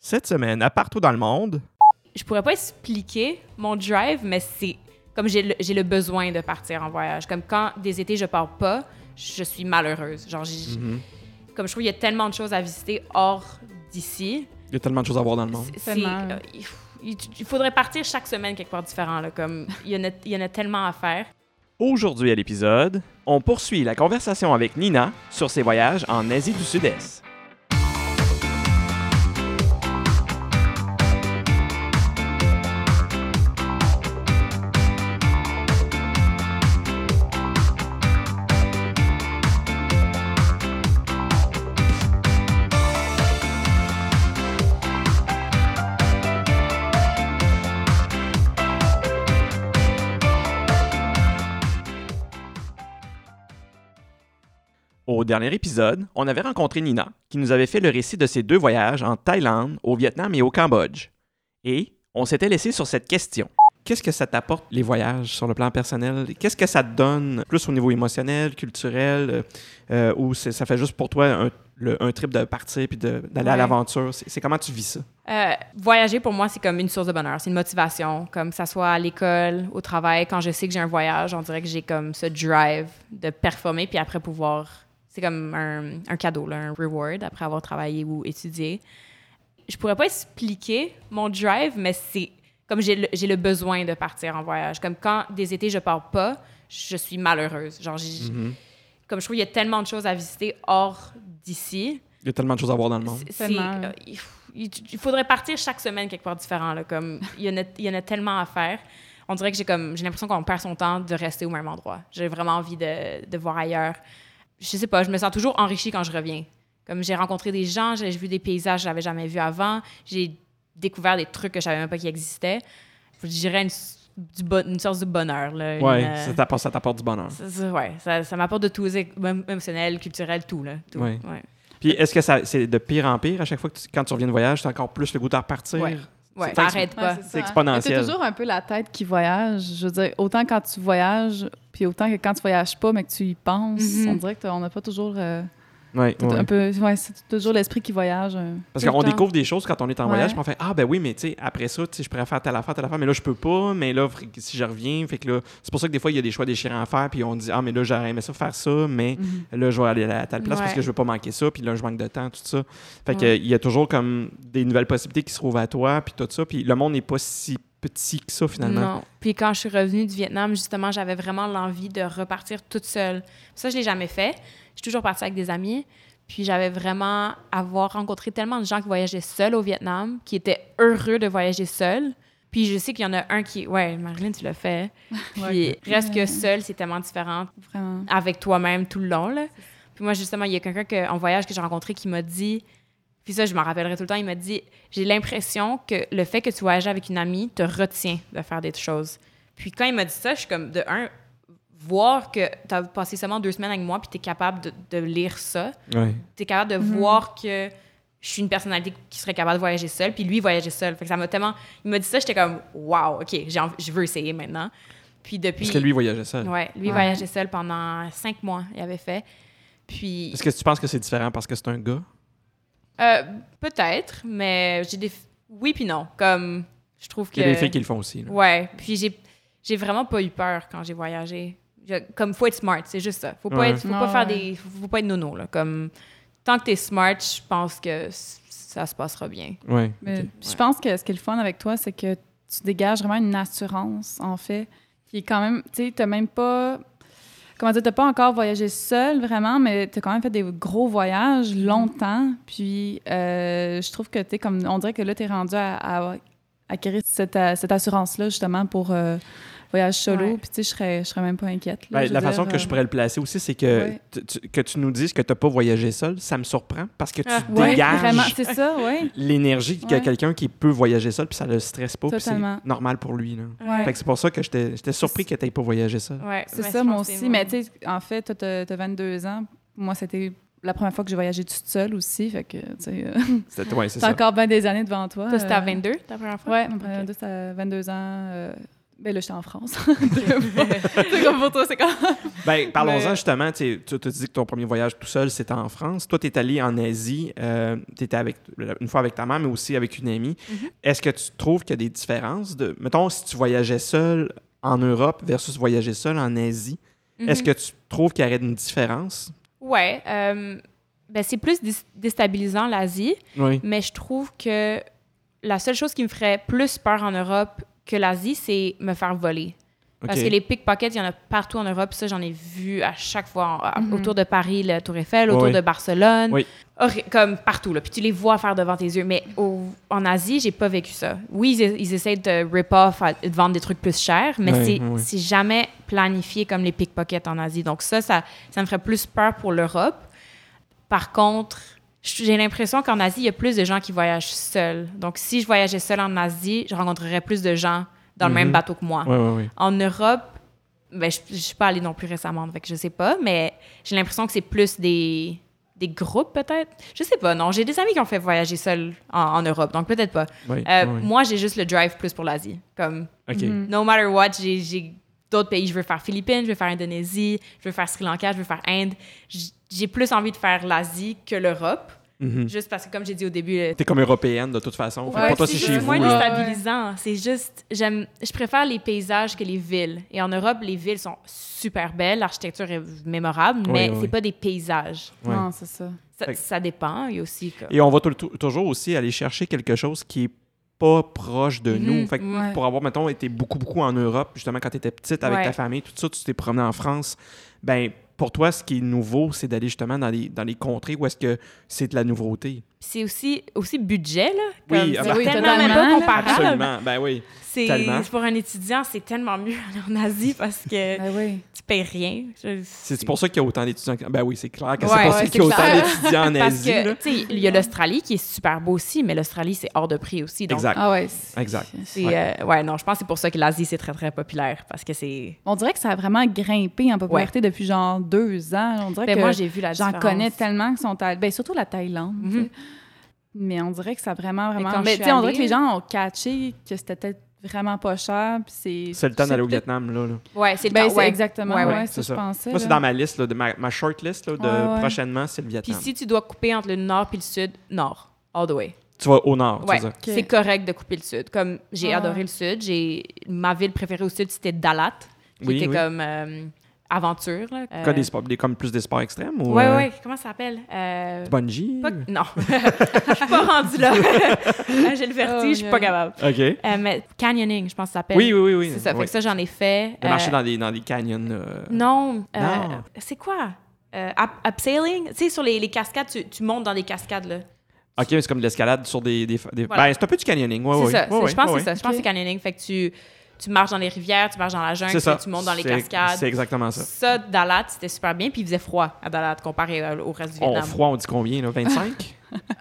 Cette semaine, à partout dans le monde, Je pourrais pas expliquer mon drive, mais c'est comme j'ai le, j'ai le besoin de partir en voyage. Comme quand des étés je pars pas, je suis malheureuse. Genre, j'ai- comme je trouve qu'il y a tellement de choses à visiter hors d'ici. il y a tellement de choses à voir dans le monde. C'est- Tellement. c'est- euh, il f- il il faudrait partir chaque semaine quelque part différent. Là, comme il y, en a, il y en a tellement à faire. Aujourd'hui à l'épisode, on poursuit la conversation avec Nina sur ses voyages en Asie du Sud-Est. Au dernier épisode, on avait rencontré Nina, qui nous avait fait le récit de ses deux voyages en Thaïlande, au Vietnam et au Cambodge. Et on s'était laissé sur cette question. Qu'est-ce que ça t'apporte, les voyages, sur le plan personnel? Qu'est-ce que ça te donne, plus au niveau émotionnel, culturel, euh, euh, ou c'est- ça fait juste pour toi un, le- un trip de partir puis de- d'aller à Ouais. l'aventure? C'est c'est comment tu vis ça? Euh, voyager pour moi, c'est comme une source de bonheur, c'est une motivation. Comme ça soit à l'école, au travail, quand je sais que j'ai un voyage, on dirait que j'ai comme ce drive de performer, puis après pouvoir. C'est comme un, un cadeau, là, un reward après avoir travaillé ou étudié. Je pourrais pas expliquer mon drive, mais c'est comme j'ai le, j'ai le besoin de partir en voyage. Comme quand des étés je pars pas, je suis malheureuse. Genre, j'ai- comme je trouve qu'il y a tellement de choses à visiter hors d'ici. Il y a tellement de choses à voir dans le monde. C'est- Tellement. euh, il, f- il- il faudrait partir chaque semaine quelque part différent. Là, comme, il, y en a, il y en a tellement à faire. On dirait que j'ai comme j'ai l'impression qu'on perd son temps de rester au même endroit. J'ai vraiment envie de, de voir ailleurs. Je sais pas, je me sens toujours enrichie quand je reviens. Comme j'ai rencontré des gens, j'ai vu des paysages que j'avais jamais vus avant, j'ai découvert des trucs que je savais même pas qui existaient. Je dirais une, s- du bon- une sorte de bonheur. Là, Oui, Une, euh, ça t'apporte ça t'apporte du bonheur. ça- ça- ouais, ça, ça m'apporte de tout, c'est émo- émotionnel, culturel, tout. Là, tout Ouais. Ouais. Puis est-ce que ça c'est de pire en pire à chaque fois que tu- quand tu reviens de voyage, t'as encore plus le goût de repartir? Ouais. Ouais, C'est- arrête pas. c'est C'est ça. exponentiel. Mais T'as toujours un peu la tête qui voyage. Je veux dire, autant quand tu voyages, puis autant que quand tu voyages pas, mais que tu y penses, Mhm. on dirait que t'as- on n'a pas toujours euh, Ouais, ouais. un peu. Ouais, c'est toujours l'esprit qui voyage. euh. Parce tout qu'on le temps. découvre des choses quand on est en Ouais. voyage, puis on fait Ah, ben oui, mais tu sais, après ça, tu sais, je pourrais faire telle affaire, telle affaire, mais là, je peux pas, mais là, fr- si je reviens, fait que là, c'est pour ça que des fois, il y a des choix déchirants à faire, puis on dit Ah, mais là, j'aurais aimé ça faire ça, mais Mm-hmm. là, je vais aller à telle place parce Ouais. que je veux pas manquer ça, puis là, je manque de temps, tout ça. Fait que Ouais. euh, il y a toujours comme des nouvelles possibilités qui se trouvent à toi, puis tout ça, puis le monde n'est pas si petit que ça, finalement. Non. Puis quand je suis revenue du Vietnam, justement, j'avais vraiment l'envie de repartir toute seule. Ça, je l'ai jamais fait. Je suis toujours partie avec des amis. Puis j'avais vraiment avoir rencontré tellement de gens qui voyageaient seuls au Vietnam, qui étaient heureux de voyager seuls. Puis je sais qu'il y en a un qui, ouais, Marilyn, tu l'as fait. Puis Ouais. reste que seul, c'est tellement différent Vraiment. avec toi-même tout le long. Là. Puis moi, justement, il y a quelqu'un que- en voyage que j'ai rencontré qui m'a dit, puis ça, je m'en rappellerai tout le temps, il m'a dit J'ai l'impression que le fait que tu voyages avec une amie te retient de faire des choses. Puis quand il m'a dit ça, je suis comme, de un, voir que tu as passé seulement deux semaines avec moi, puis tu es capable de, de lire ça, Ouais. tu es capable de voir que je suis une personnalité qui serait capable de voyager seule, puis lui il voyageait seul. Fait que ça m'a tellement. Il m'a dit ça, j'étais comme, waouh, OK, j'ai envie- je veux essayer maintenant. Puis depuis. Parce que lui, il voyageait seul. Ouais, lui Ouais. voyageait seul pendant cinq mois, il avait fait. Puis, Est-ce que tu penses que c'est différent parce que c'est un gars? euh, peut-être, mais j'ai des. Oui, puis non. Comme, je trouve que. Il y a des filles qui le font aussi. là. Ouais, puis j'ai, j'ai vraiment pas eu peur quand j'ai voyagé. Je- comme, faut être smart, c'est juste ça. Faut pas, Ouais. être, faut Ouais, pas faire ouais. des. Faut, faut pas être nono, là. Comme, tant que t'es smart, je pense que c- ça se passera bien. Ouais. Mais ok. Ben, Je pense que ce qui est le fun avec toi, c'est que tu dégages vraiment une assurance, en fait, qui est quand même, tu sais, t'as même pas, comment dire, t'as pas encore voyagé seul vraiment, mais t'as quand même fait des gros voyages longtemps. Puis euh, je trouve que t'es comme, on dirait que là, t'es rendu à, à acquérir cette, euh, cette assurance-là, justement, pour euh, voyage solo. Ouais. Puis tu sais, je serais, je serais même pas inquiète. Ben, là, je veux la dire, façon que euh, je pourrais le placer aussi, c'est que, Ouais. tu- tu- que tu nous dises que tu n'as pas voyagé seul, ça me surprend parce que tu Ah, Ouais, vraiment, dégages c'est ça, oui. l'énergie qu'a Ouais. quelqu'un qui peut voyager seul, puis ça le stresse pas, puis c'est Totalement. normal pour lui. là. Ouais. Fait que c'est pour ça que j'étais j'étais surpris que tu n'aies pas voyagé seul. Ouais, C'est mais ça, je moi pense que c'est aussi. Mais tu sais, en fait, toi, t'as t'as 22 ans. Moi, c'était la première fois que j'ai voyagé toute seule aussi. Fait que, tu sais, euh, C'était- Ouais, c'est t'as ça. encore bien des années devant toi. Toi, c'était à euh. 22, ta première fois? Ouais, ma première Ok. deux, c'était à 22 ans. euh, Ben là, j'étais en France. Deux fois. c'est comme pour toi, c'est quand Ben, parlons-en Mais- justement. Tu tu te dis que ton premier voyage tout seul, c'était en France. Toi, tu es allé en Asie. tu étais avec, une fois avec ta mère, mais aussi avec une amie. Mhm. Est-ce que tu trouves qu'il y a des différences? De, mettons, si tu voyageais seul en Europe versus voyager seul en Asie, Mhm. est-ce que tu trouves qu'il y aurait une différence? Ouais. euh, ben, c'est plus dés- déstabilisant l'Asie, Oui. mais je trouve que la seule chose qui me ferait plus peur en Europe que l'Asie, c'est me faire voler. Parce que les pickpockets, il y en a partout en Europe. Ça, j'en ai vu à chaque fois en- Mhm. autour de Paris, le Tour Eiffel, autour Oui. de Barcelone. Oui. Horri- Comme partout, là. Puis tu les vois faire devant tes yeux. Mais au- en Asie, j'ai pas vécu ça. Oui, ils, ils essaient de rip-off, à- de vendre des trucs plus chers, mais Oui, c'est, oui. c'est jamais planifié comme les pickpockets en Asie. Donc ça, ça, ça me ferait plus peur pour l'Europe. Par contre, j- j'ai l'impression qu'en Asie, il y a plus de gens qui voyagent seuls. Donc si je voyageais seule en Asie, je rencontrerais plus de gens dans le Mhm. même bateau que moi. Oui, oui, oui. En Europe, ben, je, je suis pas allée non plus récemment, donc je sais pas, mais j'ai l'impression que c'est plus des, des groupes peut-être. Je sais pas, non. J'ai des amis qui ont fait voyager seuls en, en Europe, donc peut-être pas. oui, Euh, oui. Moi, j'ai juste le drive plus pour l'Asie. Comme, OK. Mhm. no matter what, j'ai- j'ai d'autres pays. Je veux faire Philippines, je veux faire Indonésie, je veux faire Sri Lanka, je veux faire Inde. J- J'ai plus envie de faire l'Asie que l'Europe, Mhm. juste parce que, comme j'ai dit au début, euh, T'es comme européenne de toute façon. Fait que Ouais, pour toi, c'est c'est juste chez vous. moins là. déstabilisant. C'est juste, j'aime, je préfère les paysages que les villes. Et en Europe, les villes sont super belles, l'architecture est mémorable, Oui, mais oui, c'est oui. pas des paysages. Ouais. Non, c'est ça. Fait Ça, que- ça dépend. Il y a aussi comme. Et on va tou- tou- toujours aussi aller chercher quelque chose qui est pas proche de nous. Mhm, Fait que ouais. pour avoir, mettons, été beaucoup, beaucoup en Europe, justement, quand tu étais petite avec Ouais. ta famille, tout ça, tu t'es promené en France, ben pour toi, ce qui est nouveau, c'est d'aller justement dans les, dans les contrées où est-ce que c'est de la nouveauté. C'est aussi, aussi budget, là. Oui, Comme, ah c'est bah, tellement totalement, pas là. comparable. Absolument. Ben oui. C'est, Tellement. Pour un étudiant, c'est tellement mieux aller en Asie parce que Ben oui. tu payes rien. Je- C'est pour ça qu'il y a autant d'étudiants. qui- Ben oui, c'est clair que c'est Ouais, pour ouais, ça c'est qu'il y a autant clair. d'étudiants en Parce Asie. que, là. tu sais, il y a l'Australie qui est super beau aussi, mais l'Australie, c'est hors de prix aussi. Donc, Exact. Ah ouais. Exact. c'est, euh, ouais, non, je pense que c'est pour ça que l'Asie, c'est très, très populaire parce que c'est. On dirait que ça a vraiment grimpé en popularité depuis genre deux ans. On dirait Ben, que moi, j'ai vu la j'en différence. connais tellement qui sont allés. Ben, surtout la Thaïlande. Mhm. tu sais. Mais on dirait que ça a vraiment, Mais vraiment. quand je Mais suis tu sais, on dirait allée- hein. que les gens ont catché que c'était peut-être vraiment pas cher. Puis c'est. C'est le temps d'aller au peut-être- Vietnam, là. là. Ouais, c'est le Ben, temps, c'est ouais. exactement. Ouais, Ouais, ouais, c'est c'est ça. ça, je pensais. Moi, c'est là. dans ma liste, là, de ma, ma short list là, de Ouais, ouais. prochainement, c'est le Puis Vietnam. si tu dois couper entre le nord puis le sud, nord, all the way. Tu vas au nord, Ouais, tu veux dire. c'est correct de couper le sud. Comme j'ai Ah. adoré le sud, j'ai ma ville préférée au sud, c'était Dalat, qui Oui, était oui. comme euh, aventure. Là. Euh, Quoi, des sports- des- comme plus des sports extrêmes ou ouais, euh, ouais, comment ça s'appelle? Euh, bungee? pas- Non, je suis pas rendue là. Ah, j'ai le vertige, je suis Oh, pas yeah. capable. OK. Euh, mais canyoning, je pense que ça s'appelle. Oui, oui, oui. oui. C'est ça, fait Oui. que ça, j'en ai fait. De marcher Euh, dans des, dans des canyons. euh, Non. euh, Non. c'est quoi? Euh, up- upsailing? Tu sais, sur les, les cascades, tu, tu montes dans des cascades, là. OK, mais c'est comme de l'escalade sur des... des, des- Voilà. Ben, c'est un peu du canyoning, ouais, c'est ouais, ça. c'est- ouais, je pense ouais, que c'est ça. Je pense que c'est canyoning. Fait que tu, tu marches dans les rivières, tu marches dans la jungle, C'est ça. puis tu montes dans les C'est- cascades. C'est exactement ça. Ça, Dalat, c'était super bien. Puis il faisait froid à Dalat comparé euh, au reste du On Vietnam. froid, on dit combien, là? 25?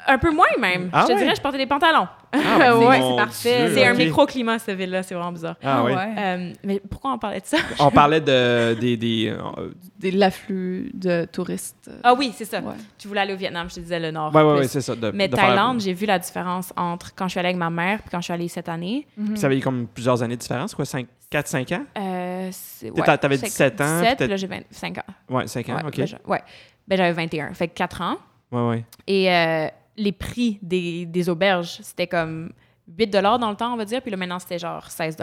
Un peu moins, même. Ah je te ouais? dirais, je portais des pantalons. Ah, mon ouais, Dieu, c'est parfait. C'est un ok. microclimat, cette ville-là. C'est vraiment bizarre. ah ouais. Euh, mais pourquoi on parlait de ça? On parlait de, des... des euh, Des- L'afflux de touristes. euh, Ah oui, c'est ça. Ouais. Tu voulais aller au Vietnam, je te disais le nord. ouais, ouais, plus. ouais, c'est ça. De, Mais de faire- Thaïlande, j'ai vu la différence entre quand je suis allée avec ma mère puis quand je suis allée cette année. Mhm. Puis Ça avait comme plusieurs années de différence, quoi, 4-5 ans? Euh, c'est- T'étais- ouais, t'avais c'est- 17 ans, 17, puis puis là, j'ai 25 ans. Ouais, 5 ans, ouais, OK. ben, j'a- ouais. Ben, j'avais 21, fait que 4 ans. Ouais, ouais. Et euh, les prix des, des auberges, c'était comme 8 dans le temps, on va dire, puis là, maintenant, c'était genre 16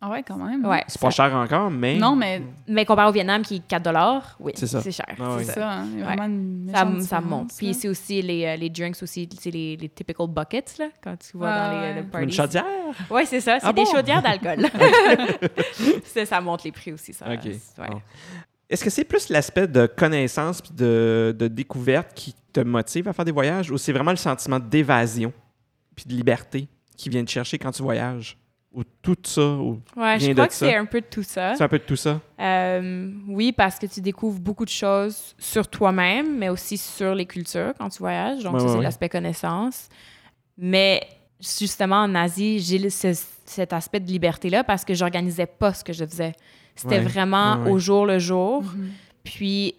Ah ouais, quand même. Ouais. C'est pas ça- cher encore, mais... Non, mais Mais comparé au Vietnam, qui est 4 oui, C'est ça. c'est cher. Ah c'est oui. ça. hein, il y a vraiment une Ça, méchante ça monte. différence, Puis là. c'est aussi les, euh, les drinks, aussi, c'est les, les typical buckets, là, quand tu vois Ah, dans les, ouais. le Une party. chaudière? Oui, c'est ça. C'est Ah des bon? chaudières d'alcool. ça, ça monte les prix aussi. Ça, OK. Ouais. Bon. Est-ce que c'est plus l'aspect de connaissance puis de, de découverte qui te motive à faire des voyages ou c'est vraiment le sentiment d'évasion puis de liberté qui vient te chercher quand tu voyages? Ou tout ça? Ou... Ouais, Rien je de crois que ça. c'est un peu de tout ça. C'est un peu de tout ça? Euh, oui, parce que tu découvres beaucoup de choses sur toi-même, mais aussi sur les cultures quand tu voyages. Donc, Ouais, ça, ouais, c'est ouais. l'aspect connaissance. Mais justement, en Asie, j'ai le- ce- cet aspect de liberté-là parce que j'organisais pas ce que je faisais. C'était Ouais, vraiment ouais, ouais. au jour le jour. Mhm. Puis,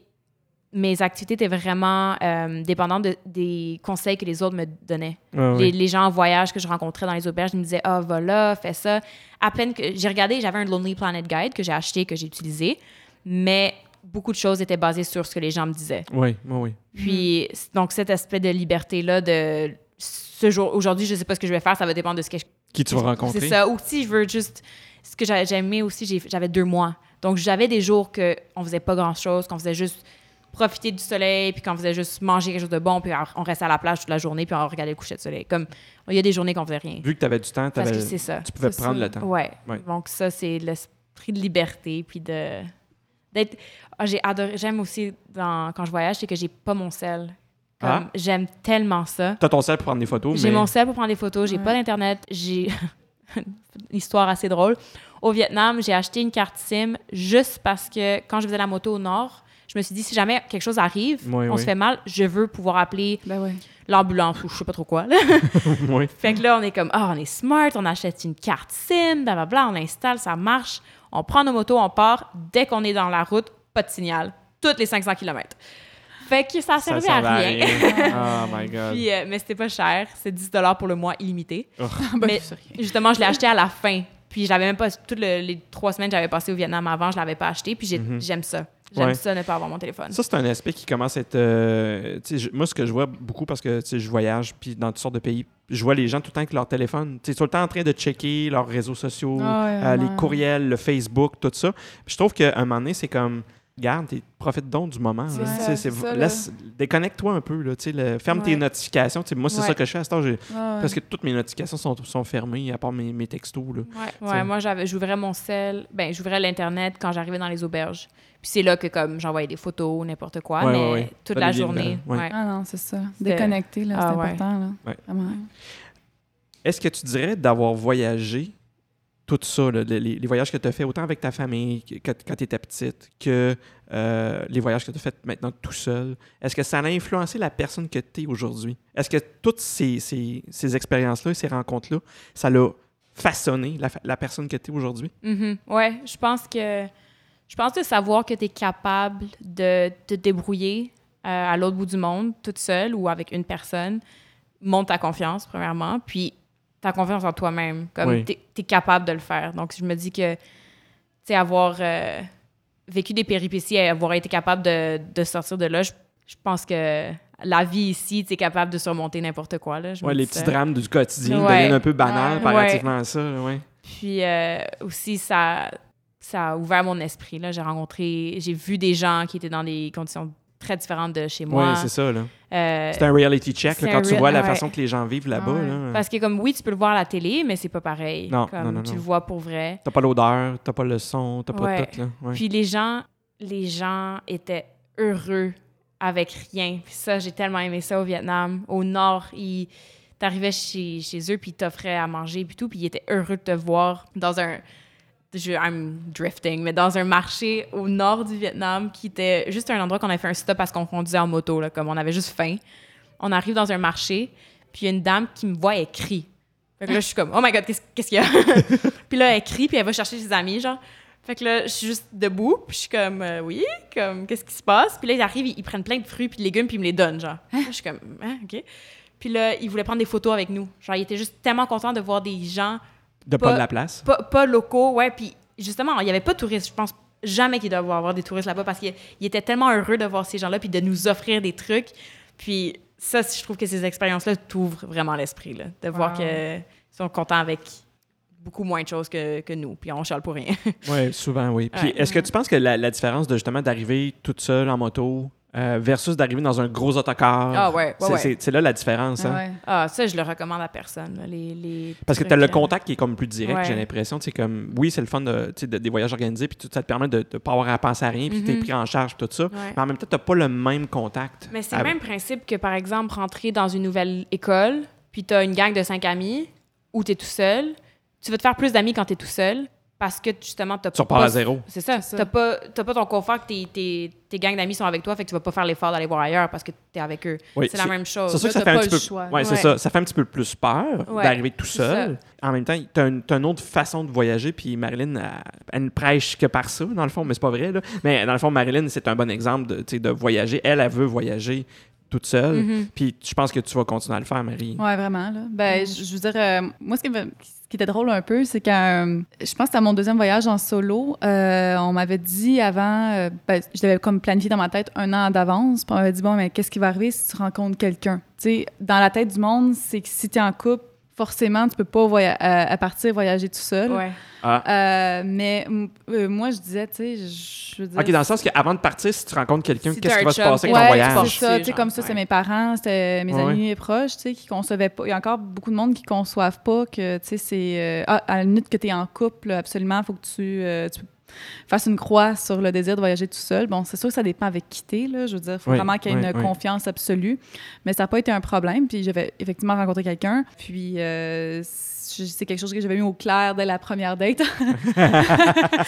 mes activités étaient vraiment euh, dépendantes de- des conseils que les autres me donnaient. Ah Les, oui. les gens en voyage que je rencontrais dans les auberges, ils me disaient Ah, va là, fais ça. À peine que j'ai regardé, j'avais un Lonely Planet Guide que j'ai acheté, que j'ai utilisé, mais beaucoup de choses étaient basées sur ce que les gens me disaient. Oui, oui, oui. Puis, c- donc, cet aspect de liberté-là, de ce jour, aujourd'hui, je sais pas ce que je vais faire, ça va dépendre de ce que je. Qui tu vas rencontrer? C'est ça. Ou si je veux juste. Ce que j'a- j'aimais aussi, j'ai- j'avais deux mois. Donc, j'avais des jours qu'on faisait pas grand-chose, qu'on faisait juste profiter du soleil, puis qu'on faisait juste manger quelque chose de bon, puis on restait à la plage toute la journée, puis on regardait le coucher de soleil. Comme, il y a des journées qu'on faisait rien. Vu que tu avais du temps, Parce t'avais- que c'est ça. tu pouvais C'est prendre ça. le temps. Ouais. Ouais. Donc ça, c'est l'esprit de liberté, puis de d'être. Ah, j'ai adoré. J'aime aussi dans- quand je voyage, c'est que j'ai pas mon sel. Comme, Ah. J'aime tellement ça. T'as ton sel pour prendre des photos, J'ai mais mon sel pour prendre des photos. J'ai Ouais. pas d'internet. J'ai une histoire assez drôle. Au Vietnam, j'ai acheté une carte SIM juste parce que quand je faisais la moto au nord. Je me suis dit, si jamais quelque chose arrive, Ouais, on ouais. se fait mal, je veux pouvoir appeler Ben ouais. l'ambulance ou je sais pas trop quoi. Oui. Fait que là, on est comme, ah, on est smart, on achète une carte SIM, blablabla, on l'installe, ça marche, on prend nos motos, on part. Dès qu'on est dans la route, pas de signal. Toutes les 500 km. Fait que Ah, ça ça servait servait à rien. oh my God. Puis, euh, mais c'était pas cher, c'est 10 pour le mois illimité. Mais- c'est rien. Justement, je l'ai acheté à la fin. Puis j'avais même pas, toutes le- les trois semaines que j'avais passées au Vietnam avant, je l'avais pas acheté. Puis j'ai- j'aime ça. J'aime Mhm. Ouais. ça, ne pas avoir mon téléphone. Ça, c'est un aspect qui commence à être. euh, tu sais, je- moi, ce que je vois beaucoup, parce que tu sais, je voyage puis dans toutes sortes de pays, je vois les gens tout le temps avec leur téléphone. Tu sais, tout le temps en train de checker leurs réseaux sociaux, Ah ouais, euh, les ouais. courriels, le Facebook, tout ça. Puis je trouve qu'à un moment donné, c'est comme. Garde, t'es- profite donc du moment. C'est là. ça, Tu sais, c'est- c'est ça, là. laisse- Déconnecte-toi un peu. Là, tu sais, le- ferme tes Ouais. notifications. Tu sais, moi, c'est Ouais. ça que je fais à ce temps. Ah ouais. Parce que toutes mes notifications sont, sont fermées, à part mes, mes textos. Là. Ouais, T'sais. ouais moi j'avais j'ouvrais mon sel, ben j'ouvrais l'internet quand j'arrivais dans les auberges. Puis c'est là que comme j'envoyais des photos ou n'importe quoi, Ouais, mais ouais, ouais. toute Pas la des journée. liens, ouais. ouais. Ah non, c'est ça. Déconnecter, là, c'est Ah ouais. important, là. Ouais. Vraiment. Est-ce que tu dirais d'avoir voyagé tout ça, là, les, les voyages que tu as fait autant avec ta famille que- quand, tu étais petite que euh, les voyages que tu as fait maintenant tout seul, est-ce que ça a influencé la personne que tu es aujourd'hui? Est-ce que toutes ces, ces- ces expériences-là et ces rencontres-là, ça l'a façonné la, fa- la personne que tu es aujourd'hui? Mhm. Ouais, je pense que je pense de savoir que tu es capable de te débrouiller euh, à l'autre bout du monde toute seule ou avec une personne monte ta confiance premièrement, puis ta confiance en toi-même, Oui. comme tu es, capable de le faire. Donc je me dis que tu sais avoir euh, vécu des péripéties et avoir été capable de, de sortir de là, je, je pense que la vie ici, tu es capable de surmonter n'importe quoi là, je me Ouais, les dis ça. petits drames du quotidien Ouais. deviennent un peu banals Ouais. comparativement à ça. là, ouais. Puis euh, aussi, ça, ça a ouvert mon esprit. Là. J'ai rencontré, j'ai vu des gens qui étaient dans des conditions très différentes de chez moi. Ouais, c'est ça. là. Euh, C'est un reality check là, c'est quand un tu real- vois la ouais. façon que les gens vivent là-bas. Ah ouais. là. parce que comme oui, tu peux le voir à la télé, mais c'est pas pareil. Non, comme non, non, tu non. le vois pour vrai. T'as pas l'odeur, t'as pas le son, t'as pas Ouais. tout. Là. Ouais. Puis les gens, les gens étaient heureux avec rien. Puis ça, j'ai tellement aimé ça au Vietnam. Au Nord, ils t'arrivais chez, chez eux, puis ils t'offraient à manger, puis tout, puis ils étaient heureux de te voir dans un... Je, I'm drifting, mais dans un marché au nord du Vietnam qui était juste un endroit qu'on avait fait un stop parce qu'on conduisait en moto, là, comme on avait juste faim. On arrive dans un marché, puis il y a une dame qui me voit, elle crie. Fait que là, je suis comme, oh my god, qu'est-ce qu'est-ce qu'il y a? puis là, elle crie, puis elle va chercher ses amis, genre. Fait que là, je suis juste debout, puis je suis comme, euh, oui, comme, qu'est-ce qui se passe? Puis là, ils arrivent, ils, ils prennent plein de fruits puis de légumes, puis ils me les donnent, genre. Là, je suis comme, hein, OK. Puis là, ils voulaient prendre des photos avec nous. Genre, ils étaient juste tellement contents de voir des gens De pas, pas- de la place. pas, pas locaux, ouais. Puis justement, il n'y avait pas de touristes. Je pense jamais qu'il doit y avoir des touristes là-bas parce qu'ils étaient tellement heureux de voir ces gens-là puis de nous offrir des trucs. Puis ça, je trouve que ces expériences-là t'ouvrent vraiment l'esprit, là, de voir Wow. qu'ils sont contents avec beaucoup moins de choses que, que nous. Puis on charle pour rien. Oui, souvent, oui. Puis Ouais. est-ce que tu penses que la, la différence de justement d'arriver toute seule en moto euh, versus d'arriver dans un gros autocar, Ah ouais, ouais, c'est- ouais. c'est c'est là la différence. hein? Ah ouais. Ah, ça, je le recommande à personne. là, les, les Parce que tu as trucs, euh, le là. contact qui est comme plus direct, Ouais. j'ai l'impression. C'est comme, oui, c'est le fun de, tu sais, de- des voyages organisés, puis tout ça te permet de ne pas avoir à penser à rien, puis tu es Mhm. pris en charge, tout ça. Ouais. Mais en même temps, tu pas le même contact. Mais c'est Ah, le même principe que, par exemple, rentrer dans une nouvelle école, puis tu as une gang de cinq amis, ou tu es tout seul. Tu vas te faire plus d'amis quand tu es tout seul, parce que justement, t'as Tu repars à zéro. C'est ça. C'est ça. T'as pas, t'as pas ton confort que tes, tes, tes gangs d'amis sont avec toi, fait que tu vas pas faire l'effort d'aller voir ailleurs parce que t'es avec eux. Oui, c'est la c'est- même chose. C'est Oh, sûr que Là, ça fait t'as un pas petit le peu. choix. Ouais, c'est Ouais. ça. Ça fait un petit peu plus peur Ouais, d'arriver tout c'est seul. En même temps, t'as un, t'as un autre façon de voyager, puis Marilyn, elle, elle ne prêche que par ça, dans le fond, mais c'est pas vrai, là. Mais dans le fond, Marilyn, c'est un bon exemple de, tu sais, de voyager. Elle, elle veut voyager toute seule. Mhm. Puis je pense que tu vas continuer à le faire, Marie. Mm-hmm. Ouais, vraiment. Là. Ben, je, je veux dire, euh, moi, ce qui, me- ce qui était drôle un peu, c'est que euh, je pense que à mon deuxième voyage en solo, euh, on m'avait dit avant, euh, ben, je l'avais comme planifié dans ma tête un an d'avance, puis on m'avait dit, bon, mais qu'est-ce qui va arriver si tu rencontres quelqu'un? Tu sais, dans la tête du monde, c'est que si tu es en couple, forcément, tu peux pas voya- euh, à partir voyager tout seul. Ouais. Ah. Euh, mais m- euh, moi, je disais, tu sais, je- je veux dire... OK, dans le sens qu'avant de partir, si tu rencontres quelqu'un, Si qu'est-ce t'as qui un va se chum, passer avec ton ouais, voyage? c'est ça. Forcé, Tu sais, genre, comme ça, ouais. c'est mes parents, c'était mes Ouais, amis et proches, tu sais, qui concevaient pas. Il y a encore beaucoup de monde qui concevent pas que, tu sais, c'est... euh, ah, à la minute que tu es en couple, absolument, faut que tu, euh, tu fasses une croix sur le désir de voyager tout seul. Bon, c'est sûr que ça dépend avec qui t'es, là. Je veux dire, faut Oui, vraiment qu'il y ait oui, une oui. confiance absolue. Mais ça n'a pas été un problème. Puis j'avais effectivement rencontré quelqu'un. Puis... euh, c'est quelque chose que j'avais mis au clair dès la première date.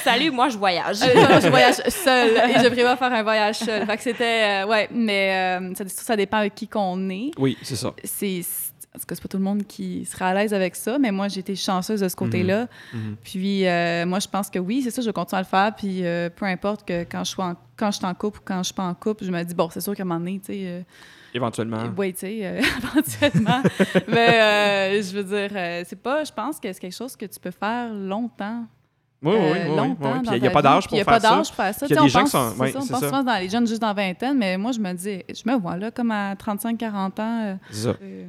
Salut, moi, je voyage. Euh, non, je voyage seule et je prévois faire un voyage seul. Fait que c'était, euh, ouais, mais euh, ça, ça dépend avec qui qu'on est. Oui, c'est ça. C'est, c'est- en tout cas, c'est pas tout le monde qui sera à l'aise avec ça, mais moi, j'ai été chanceuse de ce côté-là. Mhm. Puis euh, moi, je pense que oui, c'est ça, je continue à le faire. Puis euh, peu importe que quand je suis en, quand je suis en couple ou quand je suis pas en couple, je me dis, bon, c'est sûr qu'à un moment donné, tu sais, euh, Éventuellement. oui, tu sais, euh, éventuellement. Mais euh, je veux dire, euh, c'est pas, je pense que c'est quelque chose que tu peux faire longtemps. Oui, oui, oui. euh, oui, oui, longtemps oui. Puis dans il n'y a ta pas vie, d'âge puis pour Il n'y a faire pas ça. d'âge pour faire ça. Puis il y a Tu sais, des gens on qui pense, sont- ouais, c'est ça, on c'est pense ça. souvent dans les jeunes, juste dans vingtaine, mais moi, je me dis, je me vois là, comme à 35-40 ans. C'est ça. euh,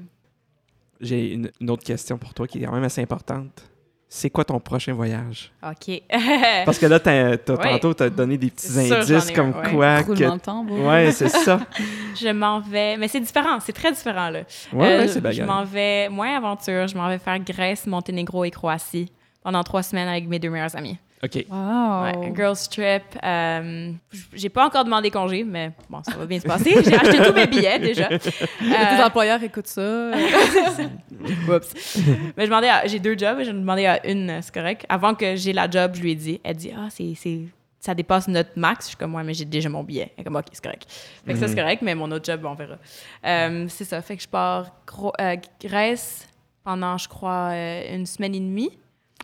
J'ai une, une autre question pour toi qui est quand même assez importante. C'est quoi ton prochain voyage? OK. Parce que là, t'as, t'as- Euh, Ouais. tantôt, t'as donné des petits C'est sûr, indices j'en ai comme un, ouais. quoi que roulement de tambour. Ouais, c'est ça. je m'en vais. Mais c'est différent, c'est très différent, là. Ouais, Euh, ouais, je- c'est Je bagarre. m'en vais moins aventure, je m'en vais faire Grèce, Monténégro et Croatie pendant trois semaines avec mes deux meilleurs amis. OK. Wow. Ouais, un girls trip. euh, j- j'ai pas encore demandé congé, mais bon, ça va bien se passer. J'ai acheté tous mes billets déjà. Tes Euh, Ben, employeurs écoutent ça. Oups. Mais je demandais à- j'ai deux jobs, et je demandais à une, euh, c'est correct. Avant que j'ai la job, je lui ai dit, elle dit, ah, c'est, c'est- ça dépasse notre max. Je suis comme, ouais, mais j'ai déjà mon billet. Elle est comme, ok, c'est correct. Fait que ça, c'est correct, mais mon autre job, on verra. Euh, c'est ça. Fait que je pars gro- euh, Grèce pendant, je crois, euh, une semaine et demie.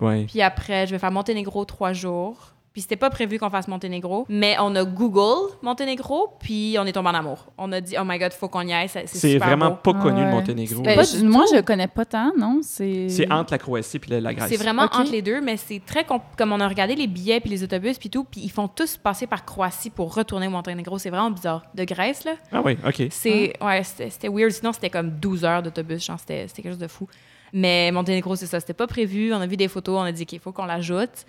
Ouais. Puis après, je vais faire Monténégro trois jours. Puis c'était pas prévu qu'on fasse Monténégro, mais on a Google Monténégro, puis on est tombé en amour. On a dit, oh my god, faut qu'on y aille, ça- c'est, C'est super vraiment beau. pas connu le Ouais. Monténégro. Ben, Pas je- du moi, je le connais pas tant, non? C'est... C'est entre la Croatie puis la, la Grèce. C'est vraiment Ok. entre les deux, mais c'est très com- comme on a regardé les billets puis les autobus puis tout, puis ils font tous passer par Croatie pour retourner au Monténégro. C'est vraiment bizarre. De Grèce là, Ah oui, OK. c'est ouais, c'était c'était weird. Sinon c'était comme 12 heures d'autobus, genre c'était c'était quelque chose de fou. Mais Monténégro c'est ça, c'était pas prévu. On a vu des photos, on a dit qu'il faut qu'on l'ajoute.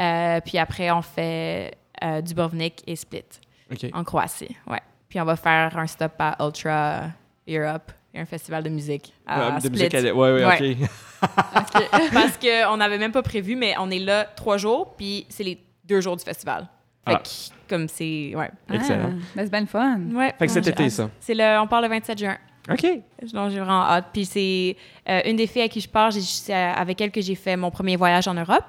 Euh, puis après on fait euh, Dubrovnik et Split OK. en Croatie, ouais. Puis on va faire un stop à Ultra Europe et un festival de musique à Ah, de Split. musique, elle- ouais, ouais, Ouais. OK. Parce qu'on n'avait même pas prévu, mais on est là trois jours, puis c'est les deux jours du festival. Fait Ah. que, comme c'est. Ouais. Excellent. Ah, ben, c'est bien le fun. ouais Fait que cet j'ai été, hâte. ça. C'est le, on part le 27 juin. OK. Donc, j'ai vraiment hâte. Puis c'est euh, une des filles à qui je pars, j'ai- c'est avec elle que j'ai fait mon premier voyage en Europe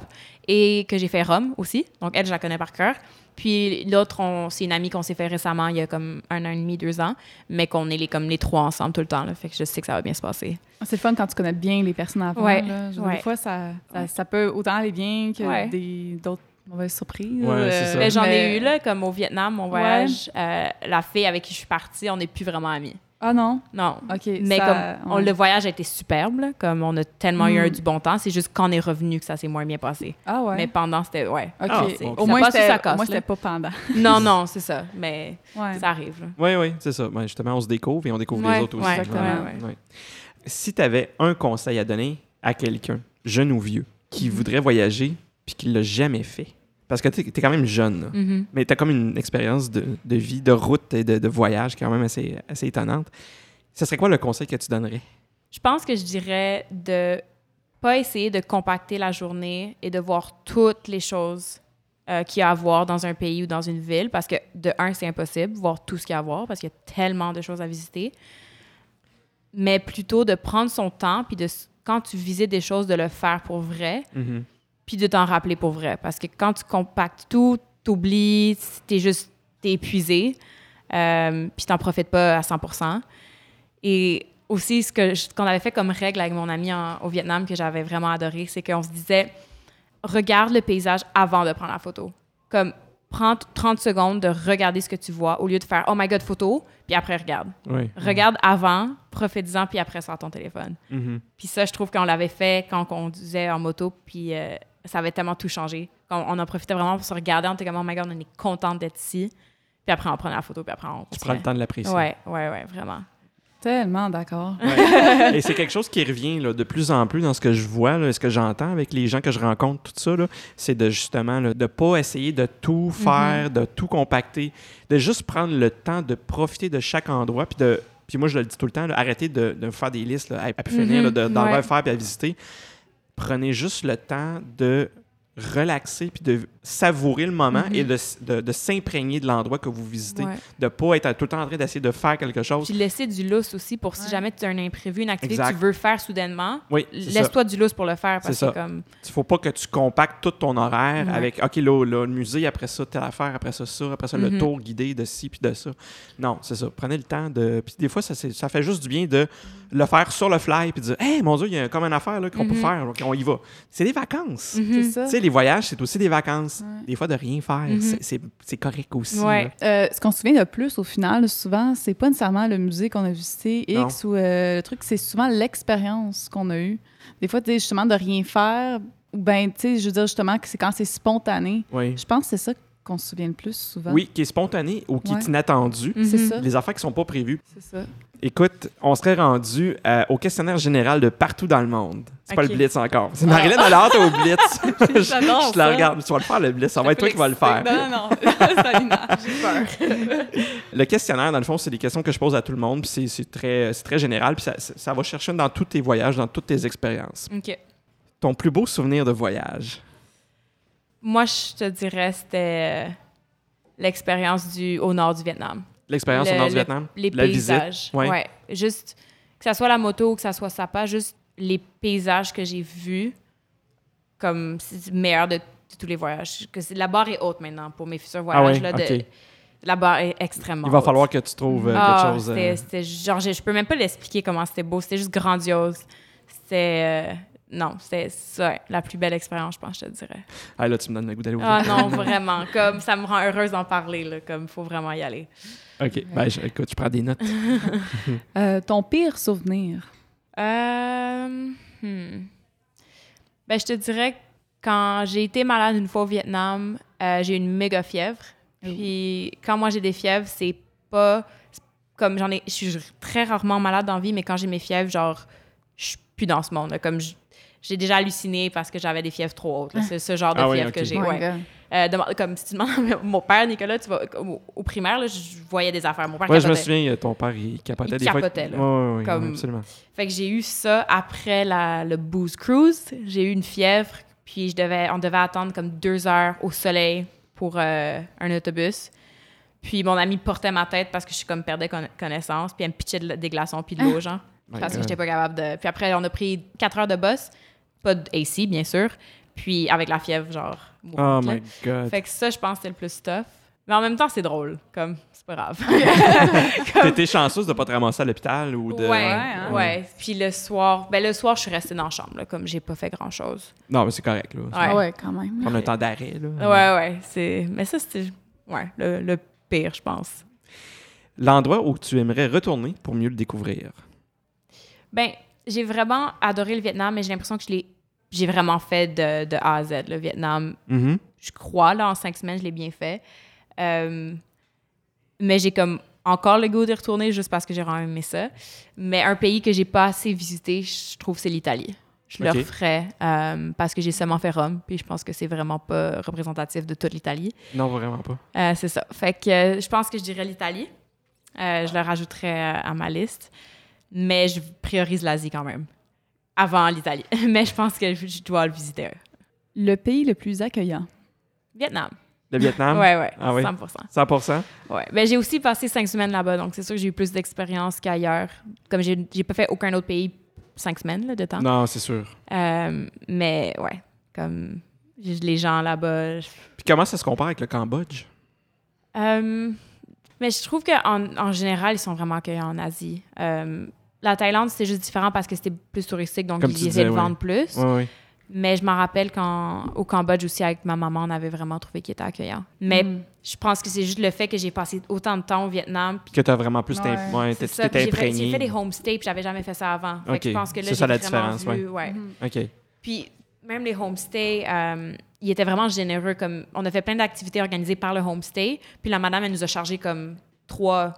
et que j'ai fait Rome aussi. Donc, elle, je la connais par cœur. Puis l'autre, on- c'est une amie qu'on s'est fait récemment, il y a comme un an et demi, deux ans, mais qu'on est les, comme les trois ensemble tout le temps. là. Fait que je sais que ça va bien se passer. C'est le fun quand tu connais bien les personnes avant. Ouais, là. Je veux dire, ouais. Des fois, ça, ça, Ouais. ça peut autant aller bien que Ouais. des- d'autres mauvaises surprises. Ouais, c'est ça. Mais j'en ai mais- eu là, comme au Vietnam, mon Ouais. voyage, euh, la fille avec qui je suis partie, on n'est plus vraiment amis. Ah non? Non. OK. Mais ça- comme on- ouais. le voyage a été superbe, là, comme on a tellement eu Mm. un du bon temps, c'est juste quand on est revenu que ça s'est moins bien passé. Ah ouais. Mais pendant, c'était ouais. OK. Ah, c'est- ok. ça Au moins, passe ou c'était ça casse, au moins, là? c'était pas pendant. Non, non, c'est ça. Mais Ouais. ça arrive. là. Oui, oui, c'est ça. Ouais, justement, on se découvre et on découvre Ouais, les autres aussi. ouais, exactement, Ouais, ouais. Si tu avais un conseil à donner à quelqu'un, jeune ou vieux, Mm-hmm. qui voudrait voyager puis qui l'a jamais fait, parce que tu es quand même jeune, là. Mhm. Mais tu as comme une expérience de, de vie, de route et de, de voyage quand même assez, assez étonnante. Ce serait quoi le conseil que tu donnerais? Je pense que je dirais de pas essayer de compacter la journée et de voir toutes les choses euh, qu'il y a à voir dans un pays ou dans une ville, parce que de un, c'est impossible, voir tout ce qu'il y a à voir, parce qu'il y a tellement de choses à visiter. Mais plutôt de prendre son temps, puis de, s- quand tu visites des choses, de le faire pour vrai, puis de t'en rappeler pour vrai. Parce que quand tu compactes tout, t'oublies, t'es juste t'es épuisé, euh, puis t'en profites pas à 100 Et aussi, ce que je- qu'on avait fait comme règle avec mon ami en- au Vietnam, que j'avais vraiment adoré, c'est qu'on se disait regarde le paysage avant de prendre la photo. Comme, prends t- 30 secondes de regarder ce que tu vois au lieu de faire Oh my God, photo, puis après, regarde. Oui. Regarde avant, profite-en, puis après, sors ton téléphone. Mhm. Puis ça, je trouve qu'on l'avait fait quand on conduisait en moto, puis euh, ça avait tellement tout changé. On, on en profitait vraiment pour se regarder, on était comme Oh my God, on est contente d'être ici. Puis après, on prenait la photo, puis après, on. Tu prends le temps de l'apprécier. Ouais, ouais, ouais, vraiment. Tellement d'accord. Ouais. Et c'est quelque chose qui revient là, de plus en plus dans ce que je vois, là, ce que j'entends avec les gens que je rencontre, tout ça, là, c'est de justement là, de ne pas essayer de Mhm. tout faire, de tout compacter, de juste prendre le temps de profiter de chaque endroit, puis de puis moi je le dis tout le temps, là, arrêtez de, de faire des listes là, à, à pu finir, Mhm, là, de- d'en ouais. refaire puis à visiter. Prenez juste le temps de relaxer puis de savourer le moment Mhm. et de, s- de- de s'imprégner de l'endroit que vous visitez, Ouais. de pas être tout le temps en train d'essayer de faire quelque chose. Puis laisser du lousse aussi pour si Ouais. jamais tu as un imprévu, une activité Exact. que tu veux faire soudainement, Oui, c'est ça. laisse-toi du lousse pour le faire parce C'est ça. que comme Il faut pas que tu compactes tout ton horaire Ouais. avec OK, là, là, le musée, après ça, telle affaire, après ça, ça, après ça, le Mhm. tour guidé de ci puis de ça. Non, c'est ça. Prenez le temps de. Puis des fois, ça, c'est- ça fait juste du bien de le faire sur le fly puis de dire Hey, mon Dieu, il y a comme une affaire là, qu'on peut Mhm. faire, qu'on y va. C'est des vacances. Mhm. C'est Tu ça. sais, les voyages, c'est aussi des vacances. Ouais. Des fois, de rien faire, Mhm. c'est- c'est- c'est correct aussi. Ouais. là. Euh, ce qu'on se souvient le plus au final, souvent, c'est pas nécessairement le musée qu'on a visité X ou euh, le truc, c'est souvent l'expérience qu'on a eue. Des fois, tu sais, justement, de rien faire, ou ben, tu sais, je veux dire, justement, que c'est quand c'est spontané. Oui. Je pense que c'est ça qu'on se souvient le plus souvent. Oui, qui est spontané ou qui Ouais. est inattendu. C'est Mhm. ça. Les affaires qui sont pas prévues. C'est ça. Écoute, on serait rendu euh, au questionnaire général de partout dans le monde. C'est pas Ok. Ah. le Blitz encore. C'est Marilyn a hâte au Blitz. je, J'adore je la ça. regarde. Tu vas le faire, le Blitz. Ça va être toi qui vas le faire. Ah, Non, non, non. Salina. J'ai peur. Le questionnaire, dans le fond, c'est des questions que je pose à tout le monde. Puis c'est- c'est très, c'est très général. Puis ça, ça- ça va chercher dans tous tes voyages, dans toutes tes expériences. OK. Ton plus beau souvenir de voyage. Moi, je te dirais c'était euh, l'expérience du au nord du Vietnam. L'expérience au Le- nord du le- Vietnam. Les la paysages. visite. Ouais. Ouais. Juste que ça soit la moto ou que ça soit Sapa, juste les paysages que j'ai vus comme c'est le meilleur de, de tous les voyages. Que c'est- la barre est haute maintenant pour mes futurs Ah voyages ouais, là, de- ok. La barre est extrêmement Il va haute. falloir que tu trouves euh, quelque Ah, chose. euh, c'était- C'était genre, je, je peux même pas l'expliquer comment c'était beau. C'était juste grandiose. C'était. euh, non, c'était ça, la plus belle expérience, je pense, je te dirais. Ah, là, tu me donnes le goût d'aller au Ah non, vraiment. Comme ça me rend heureuse d'en parler, là. Comme faut vraiment y aller. OK. Ben, je- écoute, je prends des notes. Euh, ton pire souvenir. Euh, hmm. Ben, je te dirais que quand j'ai été malade une fois au Vietnam, euh, j'ai eu une méga fièvre. Oh. Puis quand moi j'ai des fièvres, c'est pas c'est comme j'en ai. Je suis très rarement malade dans la vie, mais quand j'ai mes fièvres, genre, je suis plus dans ce monde. là. Comme je- j'ai déjà halluciné parce que j'avais des fièvres trop hautes. là. C'est ce genre de Ah oui, fièvre ok. que j'ai. Oh my ouais. God. Euh, demande- comme si tu demandes à mon père, Nicolas, tu vas, au, au primaire, là, je voyais des affaires. Mon père Ouais, je me capotait. souviens, euh, ton père, il capotait Il des capotait, là. fois. Ouais, ouais, ouais, Comme- ouais, absolument. Fait que j'ai eu ça après la- le booze cruise. J'ai eu une fièvre, puis je devais, on devait attendre comme deux heures au soleil pour euh, un autobus. Puis mon ami portait ma tête parce que je suis comme perdais conna- connaissance, puis elle me pitchait de la- des glaçons puis de l'eau, genre, Ah. My parce que God. j'étais pas capable de. Puis après, on a pris quatre heures de bus, pas d'AC, bien sûr, puis avec la fièvre, genre. Oh mourante, là. my God. Fait que ça, je pense que c'était le plus tough. Mais en même temps, c'est drôle. Comme, c'est pas grave. T'étais chanceuse de pas te ramasser à l'hôpital ou de. Ouais, ouais, hein? Puis le soir, ben le soir, je suis restée dans la chambre, là, comme j'ai pas fait grand-chose. Non, mais c'est correct, là. Ouais. Ah ouais, quand même. On a un temps d'arrêt, là. Ouais, ouais. C'est... Mais ça, c'était ouais, le, le pire, je pense. L'endroit où tu aimerais retourner pour mieux le découvrir. Ben, j'ai vraiment adoré le Vietnam, mais j'ai l'impression que je l'ai... j'ai vraiment fait de, de A à Z, le Vietnam. Mhm. Je crois, là, en cinq semaines, je l'ai bien fait. Euh, mais j'ai comme encore le goût de retourner juste parce que j'ai vraiment aimé ça. Mais un pays que j'ai pas assez visité, je trouve, c'est l'Italie. Je Ok. le referais euh, parce que j'ai seulement fait Rome, puis je pense que c'est vraiment pas représentatif de toute l'Italie. Non, vraiment pas. Euh, c'est ça. Fait que euh, je pense que je dirais l'Italie. Euh, je le rajouterais euh, à ma liste. Mais je priorise l'Asie quand même. Avant l'Italie. Mais je pense que je je dois le visiter. Le pays le plus accueillant. Vietnam. Le Vietnam? Ouais, ouais. Ah oui? 100%. 100 Ouais. Ben, j'ai aussi passé cinq semaines là-bas, donc c'est sûr que j'ai eu plus d'expérience qu'ailleurs. Comme j'ai j'ai pas fait aucun autre pays cinq semaines là, de temps. Non, c'est sûr. Euh, mais ouais, comme J'ai- Les gens là-bas, je- Puis comment ça se compare avec le Cambodge? Euh, mais je trouve qu'en en général, ils sont vraiment accueillants en Asie. Euh, la Thaïlande, c'était juste différent parce que c'était plus touristique, donc Comme tu ils essayaient de disais, ouais. vendre plus. Oui, oui. Mais je m'en rappelle quand au Cambodge aussi, avec ma maman, on avait vraiment trouvé qu'il était accueillant. Mais Mm. je pense que c'est juste le fait que j'ai passé autant de temps au Vietnam. puis Que tu as vraiment plus t'im- Ouais, ouais, c'est t'es- ça, tu puis t'es j'ai fait- imprégné. J'ai fait des homestays, puis j'avais jamais fait ça avant. Fait que Ok. je pense que là, C'est ça j'ai la vraiment différence, vu- ouais. Mhm. OK. Puis même les homestays, euh, ils étaient vraiment généreux. Comme on a fait plein d'activités organisées par le homestay. Puis la madame, elle nous a chargé comme trois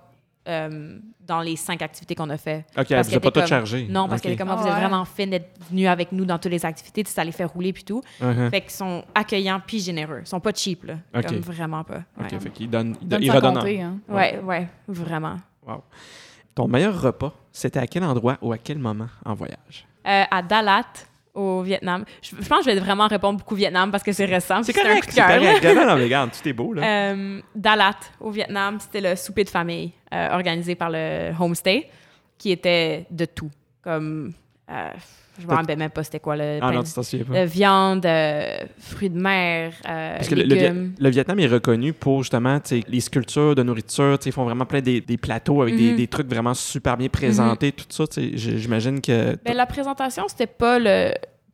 euh, dans les cinq activités qu'on a fait. OK, elle vous a qu'elle pas tout était comme- chargé. Non, parce qu'elle est comme, Ah, vous Ah êtes ouais. vraiment fin d'être venu avec nous dans toutes les activités, tu sais, ça les fait rouler puis tout. Uh-huh. Fait qu'ils sont accueillants puis généreux. Ils sont pas cheap, là. Ok. Comme vraiment pas. Ouais. OK, fait qu'il donne, il, Donne il sans redonne. compter, hein. ouais, ouais, vraiment. Wow. Ton meilleur repas, c'était à quel endroit ou à quel moment en voyage? Euh, à Dalat, au Vietnam. Je, je pense que je vais vraiment répondre beaucoup au Vietnam parce que c'est récent. puis un coup de c'est cœur, là. correct. Non, non, mais regarde, tout est beau, là. Euh, Dalat, au Vietnam, c'était le souper de famille euh, organisé par le homestay, qui était de tout. Comme, euh, je me T'as- rappelle même pas c'était quoi ben, le ah pain non, de- tu t'en souviens pas. de viande, euh, fruits de mer, euh, Parce que le, le Viet- légumes. le Vietnam est reconnu pour justement tu sais, les sculptures de nourriture. tu sais, Ils font vraiment plein des, des plateaux avec des, Mhm. des trucs vraiment super bien présentés, tout ça. tu sais, j- J'imagine que. Ben, la présentation, c'était pas le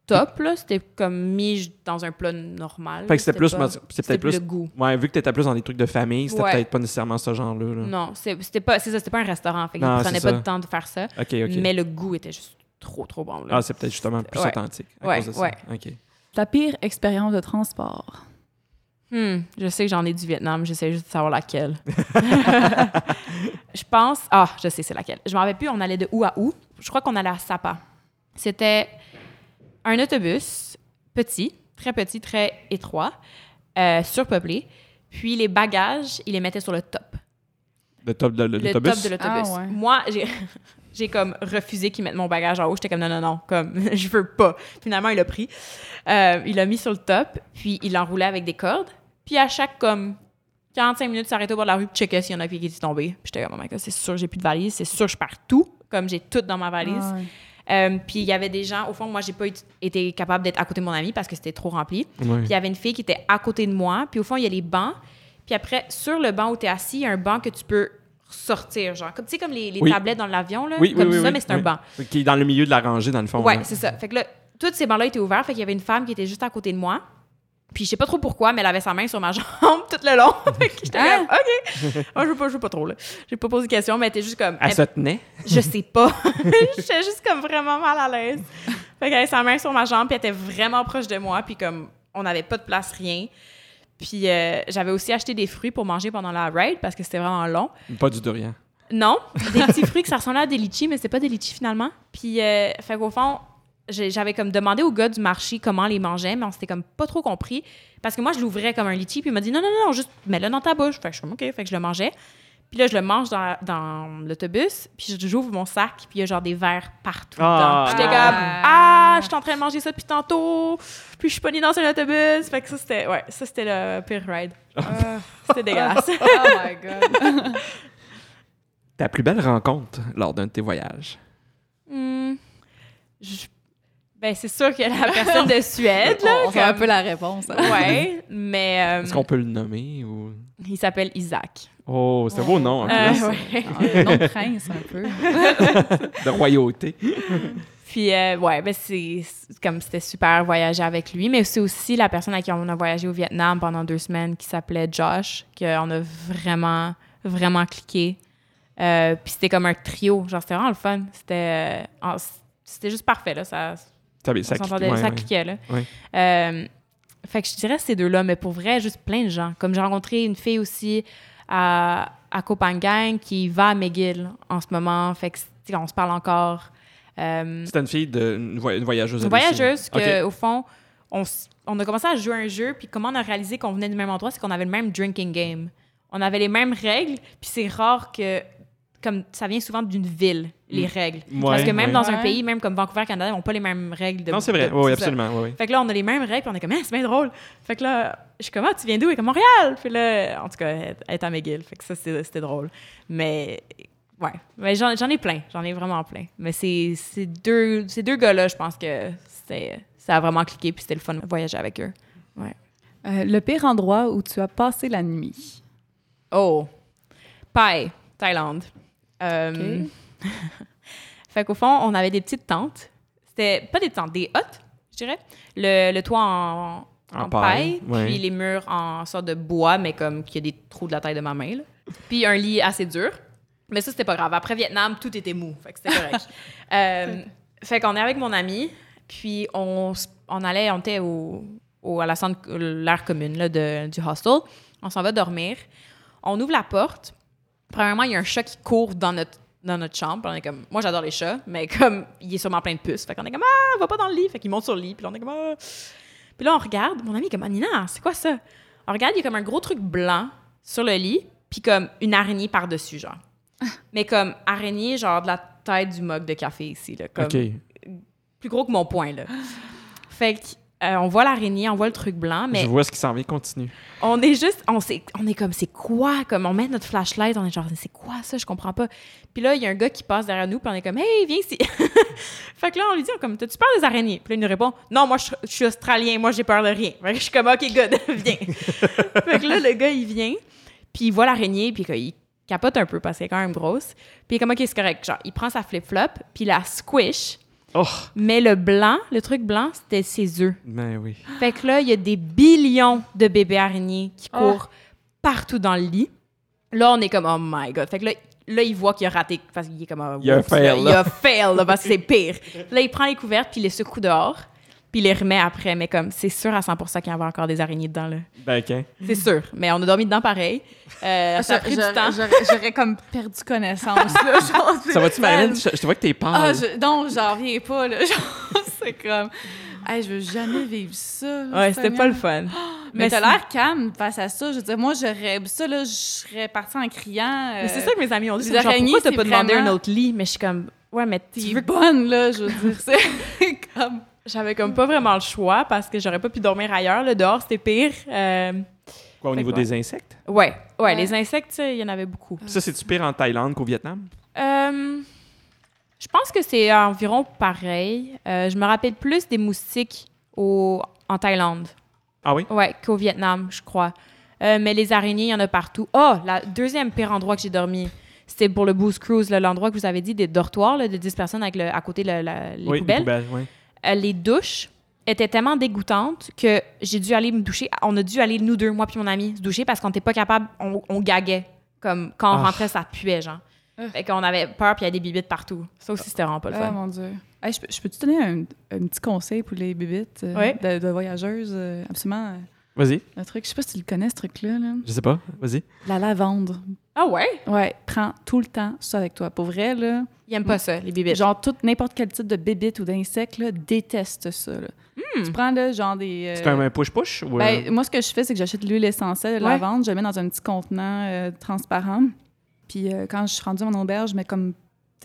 top, là. C'était comme mis dans un plat normal. Fait que c'était plus. pas- C'est c'était peut-être plus. le goût. Ouais, vu que t'étais plus dans des trucs de famille, c'était Ouais. peut-être pas nécessairement ce genre-là. là. Non, c'est- c'était pas, c'est ça, c'était pas un restaurant. Fait qu'ils Mm. Non, prenaient c'est pas ça. le temps de faire ça. Ok, ok. Mais le goût était juste trop, trop bon. Là. Ah, c'est peut-être justement plus Ouais. authentique. À Ouais, cause de ça. ouais. Ok. Ta pire expérience de transport. Hmm, je sais que j'en ai du Vietnam, j'essaie juste de savoir laquelle. je pense. Ah, je sais c'est laquelle. Je m'en rappelle plus, on allait de où à où. Je crois qu'on allait à Sapa. C'était un autobus petit, très petit, très étroit, euh, surpeuplé. Puis les bagages, ils les mettaient sur le top. Le top de Le top l'autobus. de l'autobus. Ah ouais. Moi, j'ai. J'ai comme refusé qu'ils mettent mon bagage en haut. J'étais comme non, non, non, comme je veux pas. Finalement, il a pris. Euh, il l'a mis sur le top, puis il l'enroulait avec des cordes. Puis à chaque comme 45 minutes, il s'arrêtait au bord de la rue, puis checkait s'il y en a qui étaient tombés. Puis j'étais comme, oh my god, c'est sûr, j'ai plus de valise, c'est sûr, je pars tout, comme j'ai tout dans ma valise. Ah ouais. Euh, puis il y avait des gens, au fond, moi, j'ai pas eu- été capable d'être à côté de mon ami parce que c'était trop rempli. Ouais. Puis il y avait une fille qui était à côté de moi. Puis au fond, il y a les bancs. Puis après, sur le banc où tu es assis, il y a un banc que tu peux sortir, genre. Comme, tu sais, comme les, les Oui. tablettes dans l'avion, là. Oui, oui, comme oui, ça, oui, mais c'est un oui. banc. Qui est dans le milieu de la rangée, dans le fond. Ouais, là. c'est ça. Fait que là, tous ces bancs-là étaient ouverts. Fait qu'il y avait une femme qui était juste à côté de moi. Puis je sais pas trop pourquoi, mais elle avait sa main sur ma jambe tout le long. Fait que j'étais Ah! Hein? comme, OK. Moi, je veux pas, je veux pas trop, là. J'ai pas posé de questions, mais elle était juste comme, Elle elle- se tenait. je sais pas. J'étais juste comme vraiment mal à l'aise. Fait qu'elle avait sa main sur ma jambe, puis elle était vraiment proche de moi, puis comme on n'avait pas de place, rien. Puis euh, j'avais aussi acheté des fruits pour manger pendant la ride parce que c'était vraiment long. Pas du durian. Non, des petits fruits que ça ressemblait à des litchis, mais c'était pas des litchis finalement. Puis euh, fait qu'au fond, j'ai- j'avais comme demandé au gars du marché comment les mangeait, mais on s'était comme pas trop compris parce que moi je l'ouvrais comme un litchi, puis il m'a dit non non non, juste mets-le dans ta bouche. Fait que je suis comme ok, fait que je le mangeais. Puis là, je le mange dans, dans l'autobus, puis je- j'ouvre mon sac, puis il y a genre des verres partout Ah. dedans. Puis j'étais comme, ah, je suis en train de manger ça depuis tantôt, puis je suis pognée dans un autobus. Fait que ça, c'était, ouais, ça, c'était le pire ride. C'était dégueulasse. Oh my God. Ta plus belle rencontre lors d'un de tes voyages. Hmm. Je- Ben, c'est sûr que la personne de Suède, là. on on fait un comme- peu la réponse. hein. Ouais, mais euh, Est-ce qu'on peut le nommer ou. il s'appelle Isaac. Oh, c'est un beau nom, en Euh, plus. ouais. Ah, non, prince, un peu. De royauté. Puis, euh, ouais, ben, c'est c'est comme c'était super voyager avec lui, mais c'est aussi la personne avec qui on a voyagé au Vietnam pendant deux semaines qui s'appelait Josh, qu'on a vraiment, vraiment cliqué. Euh, puis c'était comme un trio, genre c'était vraiment le fun. C'était euh, en- c'était juste parfait, là. Ça, Ça, ça On s'entendait, clique, ouais, ça ouais. cliquait, là. Ouais. Euh, fait que je dirais ces deux-là, mais pour vrai, juste plein de gens. Comme j'ai rencontré une fille aussi à, à Koh Phangan qui va à McGill en ce moment. Fait que, tu sais, on se parle encore. Euh, C'était une fille, de, une, voy- une voyageuse. une elle aussi. voyageuse que, Ok. au fond, on, s- on a commencé à jouer à un jeu, puis comment on a réalisé qu'on venait du même endroit, c'est qu'on avait le même drinking game. On avait les mêmes règles, puis c'est rare que, comme ça vient souvent d'une ville, les Mm. règles. Ouais, Parce que même ouais. dans un Ouais. pays, même comme Vancouver, Canada, ils n'ont pas les mêmes règles. De, Non, c'est vrai. de- Oui, ça. absolument. Oui, oui. Fait que là, on a les mêmes règles, puis on est comme, Ah, c'est bien drôle. Fait que là, je suis comme, ah, tu viens d'où? Et comme Montréal. Puis là, en tout cas, elle elle est à McGill. Fait que ça, c'est- c'était drôle. Mais, ouais. Mais j'en j'en ai plein. J'en ai vraiment plein. Mais ces ces deux, ces deux gars-là, je pense que c'était- ça a vraiment cliqué, puis c'était le fun de voyager avec eux. Ouais. Euh, le pire endroit où tu as passé la nuit. Oh. Paille, Thaïlande. Euh, Fait qu'au fond, on avait des petites tentes. C'était pas des tentes, des hottes, je dirais. Le, le toit en, En en paille, paille, ouais. puis les murs en sorte de bois, mais comme qu'il y a des trous de la taille de ma main. là. Puis un lit assez dur. Mais ça, c'était pas grave. Après Vietnam, tout était mou. Fait que c'était correct. Euh, fait qu'on est avec mon ami, puis on, s- on allait, on était au, au- à la centre, l'aire commune là, de- du hostel. On s'en va dormir. On ouvre la porte. Premièrement, il y a un chat qui court dans notre, dans notre chambre. On est comme, moi, j'adore les chats, mais comme, il est sûrement plein de puces. Fait qu'on est comme, ah, va pas dans le lit. Fait qu'il monte sur le lit. Puis là, on est comme, ah. Puis là, on regarde. Mon ami est comme, Ah, Nina, c'est quoi ça? On regarde, il y a comme un gros truc blanc sur le lit, puis comme une araignée par-dessus, genre. mais comme araignée, genre de la tête du mug de café ici, là. Comme, OK. Plus gros que mon poing, là. Fait que, euh, on voit l'araignée, on voit le truc blanc, mais Je vois ce qui s'en vient, continue. on est juste, on, sait, on est comme, c'est quoi? Comme, on met notre flashlight, on est genre, c'est quoi ça? Je comprends pas. Puis là, il y a un gars qui passe derrière nous, puis on est comme, hey, viens ici. fait que là, on lui dit, on est comme, t'as-tu peur des araignées? Puis là, il nous répond, non, moi, je, je suis australien, moi, j'ai peur de rien. Fait que je suis comme, ok, good, viens. fait que là, le gars, il vient, puis il voit l'araignée, puis qu'il capote un peu parce qu'elle est quand même grosse. Puis il est comme, ok, c'est correct. Genre, il prend sa flip-flop, puis il la squish, Oh, mais le blanc, le truc blanc, c'était ses œufs. ben oui. Fait que là, il y a des billions de bébés araignées qui Ah. courent partout dans le lit. Là, on est comme, oh my god. Fait que là, là il voit qu'il a raté. Parce qu'il est comme, Ah, Il y a un whoops, fail, là, Il y là. a un fail, là, parce que c'est pire. là, il prend les couvertes, puis il les secoue dehors, puis il les remet après. Mais comme, c'est sûr à 100 qu'il y avait encore des araignées dedans, là. Ben, OK. C'est Hmm. sûr. Mais on a dormi dedans pareil. Euh, Ah, ça a pris du J'aurais- temps. j'aurais- J'aurais comme perdu connaissance. là, genre, c'est Ça va-tu, Marilyn? tellement- Je, je te vois que t'es Ah, pâle. je, non, j'en reviens pas, là. Genre, c'est comme. Hey, je veux jamais vivre ça. là, Ouais, c'était Seigneur. Euh, pas le fun. Mais, Mais t'as c'est- l'air calme face à ça. Je veux dire, moi, j'aurais. Ça, là, je serais partie en criant. Mais euh, c'est ça que mes amis ont dit. les c'est genre, araignées, pourquoi t'as c'est pas demandé vraiment- un autre lit? Mais je suis comme, ouais, mais tu T'es veux bonne, là, je veux dire. C'est comme. J'avais comme pas vraiment le choix parce que j'aurais pas pu dormir ailleurs. Le dehors, c'était pire. Euh, Quoi, au Fait niveau quoi? des insectes? ouais, ouais, Ouais. les insectes, ça, il y en avait beaucoup. Ça, c'est-tu pire en Thaïlande qu'au Vietnam? Euh, je pense que c'est environ pareil. Euh, je me rappelle plus des moustiques au, en Thaïlande Ah oui? ouais, qu'au Vietnam, je crois. Euh, mais les araignées, il y en a partout. Ah, la deuxième pire endroit que j'ai dormi, c'était pour le Booze Cruise, là, l'endroit que vous avez dit, des dortoirs là, de 10 personnes avec le, à côté le- la- les oui, poubelles. les poubelles, oui. Euh, les douches étaient tellement dégoûtantes que j'ai dû aller me doucher. On a dû aller, nous deux, moi puis mon ami, se doucher parce qu'on n'était pas capable, on, on gaguait. Comme quand on Ah. rentrait, ça puait, genre. Ah. Fait qu'on avait peur, puis il y a des bibites partout. Ça aussi, c'était vraiment pas le Ah, fun. mon Dieu. Hey, je, peux- je peux-tu donner un, un petit conseil pour les bébites euh, Ouais. de, de voyageuses? euh, absolument. euh, Vas-y. Un truc, je sais pas si tu le connais, ce truc-là. là. Je sais pas. Vas-y. La lavande. Ah ouais? Ouais, prends tout le temps ça avec toi. Pour vrai, là, Ils aiment pas ça, les bibites. genre tout, n'importe quel type de bébite ou d'insecte, là, déteste ça. là. Hmm. Tu prends, là, genre des... euh, C'est comme un push-push? Ou... euh, ben, moi, ce que je fais, c'est que j'achète l'huile essentielle de Ouais. lavande, je la mets dans un petit contenant euh, transparent. Puis euh, quand je suis rendue à mon auberge, je mets comme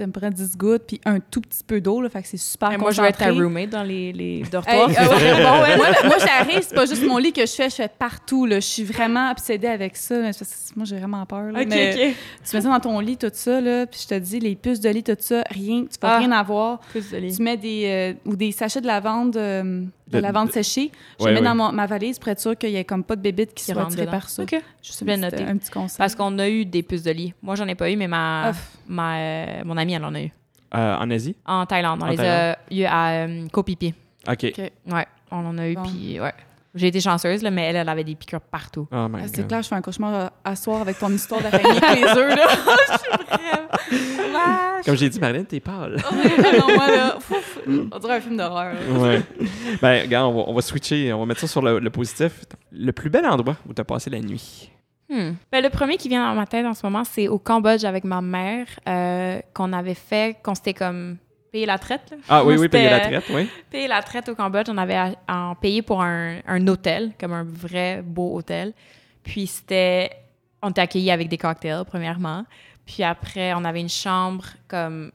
à peu près 10 gouttes, puis un tout petit peu d'eau, là, fait que c'est super Mais Ben, moi, concentré. je vais être ta roommate dans les, les Hey, dortoirs. ah ouais, bon, ouais, moi, moi, j'arrive, c'est pas juste mon lit que je fais, je fais partout. Là. Je suis vraiment obsédée avec ça. là, c'est parce que Moi, j'ai vraiment peur. là, Ok, mais ok. Tu mets ça dans ton lit, tout ça, là, puis je te dis, les puces de lit, tout ça, rien, tu vas Ah. rien avoir. Plus de Tu mets des, euh, ou des sachets de lavande, euh, de, De- lavande de- séchée. Je Ouais, les mets ouais. dans mon- ma valise pour être sûre qu'il n'y ait comme pas de bébite qui, Qui soit rentre attirée dedans. par ça. Ok. Juste un bien petit- noté. un petit conseil. Parce qu'on a eu des puces de lit. Moi, j'en ai pas eu, mais ma, Ah. ma, euh, mon amie, elle en a eu. euh, en Asie? En Thaïlande. On En les a eu à euh, Koh Phi Phi. OK. Ouais, on en a eu, Bon. puis ouais. J'ai été chanceuse, là, mais elle, elle avait des piqûres partout. Oh my Ah, God. c'est clair, je fais un cauchemar à, à soir avec ton histoire d'araignée avec les œufs, là. je suis vraiment... Comme j'ai dit, Marilyn, t'es pâle. Ouais, non, moi, là, ouf, on dirait un film d'horreur. là. ouais. Ben, regarde, on va, on va switcher. On va mettre ça sur le, le positif. Le plus bel endroit où t'as passé la nuit. Hmm. Ben, le premier qui vient dans ma tête en ce moment, c'est au Cambodge avec ma mère, euh, qu'on avait fait, qu'on s'était comme payé la traite. là. Ah oui, oui, C'était, payer la euh, traite, oui. Payé la traite au Cambodge, on avait à- en payé pour un, un hôtel, comme un vrai beau hôtel. Puis c'était. On était accueillis avec des cocktails, premièrement. Puis après, on avait une chambre comme.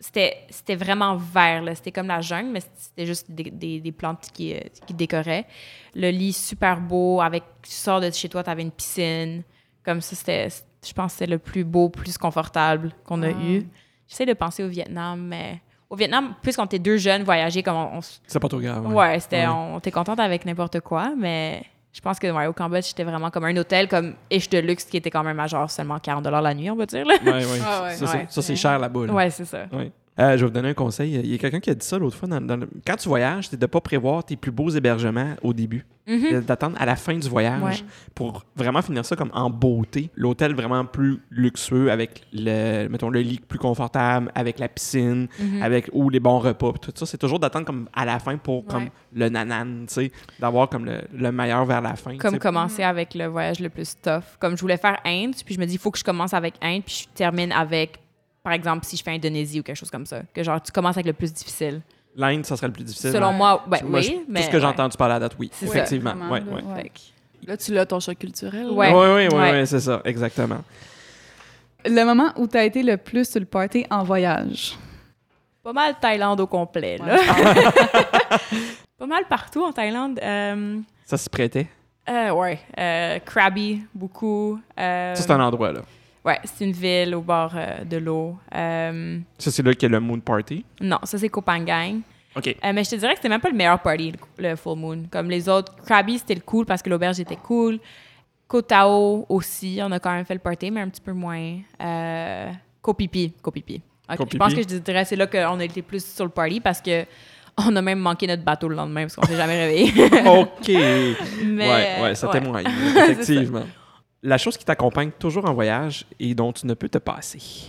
C'était c'était vraiment vert, là. C'était comme la jungle, mais c'était juste des, des- des plantes qui, euh, qui décoraient. Le lit super beau, avec. Tu sors de chez toi, t'avais une piscine. Comme ça, c'était. Je pense que c'était le plus beau, plus confortable qu'on a Ah. eu. J'essaie de penser au Vietnam, mais au Vietnam, puisqu'on était deux jeunes, voyager, comme on, on s- C'est pas trop grave. Ouais, ouais. c'était, on était contente avec n'importe quoi, mais je pense que ouais, au Cambodge, c'était vraiment comme un hôtel comme ish de luxe qui était quand même à genre seulement 40 la nuit, on va dire. Là. Ouais, ouais. Ah ouais, Ça, c'est- ouais. ça, c'est cher là-bas. là. Ouais, c'est ça. Ouais. Euh, je vais vous donner un conseil. Il y a quelqu'un qui a dit ça l'autre fois. dans- dans le- Quand tu voyages, c'est de ne pas prévoir tes plus beaux hébergements au début. Mhm. D'attendre à la fin du voyage Ouais. pour vraiment finir ça comme en beauté. L'hôtel vraiment plus luxueux avec le, mettons, le lit plus confortable, avec la piscine, Mhm. avec ou les bons repas. puis Tout ça, c'est toujours d'attendre comme à la fin pour comme Ouais. le nanan, tu sais, d'avoir comme le, le meilleur vers la fin. Comme tu sais. commencer avec le voyage le plus tough. Comme je voulais faire Inde, puis je me dis, il faut que je commence avec Inde, puis je termine avec, par exemple, si je fais Indonésie ou quelque chose comme ça. Que genre, tu commences avec le plus difficile. L'Inde, ça serait le plus difficile. Selon ouais. moi, ouais, Moi, oui, je- mais. tout ce que j'ai entendu parler à date, oui, C'est ça. effectivement. Vraiment, Ouais, là, ouais. ouais. ouais. Fait que- Là, tu l'as ton choc culturel. là. Ouais. Oui, oui, Ouais. oui, c'est ça, exactement. Le moment où tu as été le plus sur le party en voyage. Pas mal Thaïlande au complet, là. Ouais. Pas mal partout en Thaïlande. Euh, Ça s'y prêtait. euh, ouais. euh, Krabi, beaucoup. euh, Ça, c'est un endroit, là. Ouais, c'est une ville au bord euh, de l'eau. Euh, Ça, c'est là qu'il y a le moon party. non, ça c'est Koh Phangan. OK. Euh, mais je te dirais que c'était même pas le meilleur party, le, le full moon. Comme les autres, Krabi c'était le cool parce que l'auberge était cool. Koh Tao aussi, on a quand même fait le party, mais un petit peu moins. Euh, Koh Pipi, Koh Pipi. Ok, Koh Je pense que Pipi. je te dirais c'est là qu'on a été plus sur le party parce que on a même manqué notre bateau le lendemain parce qu'on s'est jamais réveillé. OK. mais ouais, ouais, ça ouais. témoigne, effectivement. La chose qui t'accompagne toujours en voyage et dont tu ne peux te passer.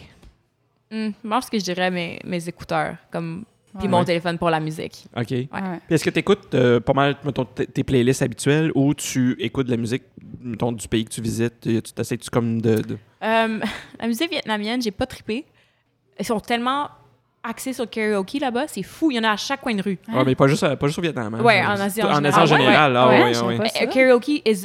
Hmm, je pense que je dirais mes, mes écouteurs, comme puis Ouais. mon Ouais. téléphone pour la musique. OK. Puis Ouais. est-ce que tu écoutes pas mal mettons, t- tes playlists habituelles ou tu écoutes de la musique mettons, du pays que tu visites? et Tu t'essayes-tu comme de. de- Euh, la musique vietnamienne, j'ai pas trippé. Ils sont tellement axés sur le karaoke là-bas, c'est fou. Il y en a à chaque coin de rue. Ah, Ouais, Ah, mais pas juste, pas juste au Vietnam. hein. Hein? Ouais, en Asie en en général. Asie Ah en ouais? général. Ouais, ah, je ouais, sais ouais. pas. Euh, ça. karaoke is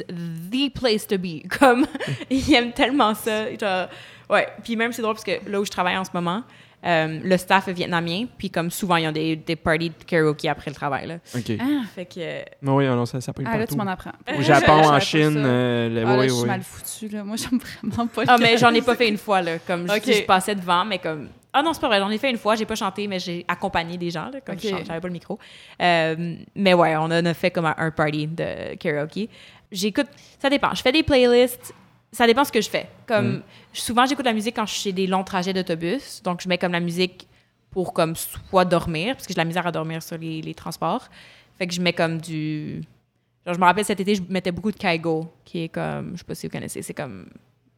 the place to be. Comme, ils aiment tellement ça. Genre, ouais. Puis même, c'est drôle parce que là où je travaille en ce moment, euh, le staff est vietnamien. Puis comme souvent, ils ont des, des parties de karaoke après le travail. Là. OK. Ah, Fait que... Non, oui, non, ça, ça pogne ah, là, tu partout. m'en apprends. Au Japon, Je savais en pas Chine, ça. euh, le- Ah, là, oui, je suis oui. mal foutue, là. Moi, j'aime vraiment pas le Ah, mais j'en ai karaoké. pas fait une fois, là. Comme je, Ok. dis, je passais devant, mais comme. Ah non, c'est pas vrai, j'en ai fait une fois, j'ai pas chanté, mais j'ai accompagné des gens, là, comme je Ok. chante, j'avais pas le micro. Euh, mais ouais, on en a fait comme un- un party de karaoke. J'écoute, ça dépend, je fais des playlists, ça dépend ce que je fais. Comme, Mm. souvent j'écoute la musique quand je fais des longs trajets d'autobus, donc je mets comme la musique pour comme soit dormir, parce que j'ai de la misère à dormir sur les, les transports. Fait que je mets comme du. Genre, je me rappelle cet été, je mettais beaucoup de Kaigo, qui est comme, je sais pas si vous connaissez, c'est comme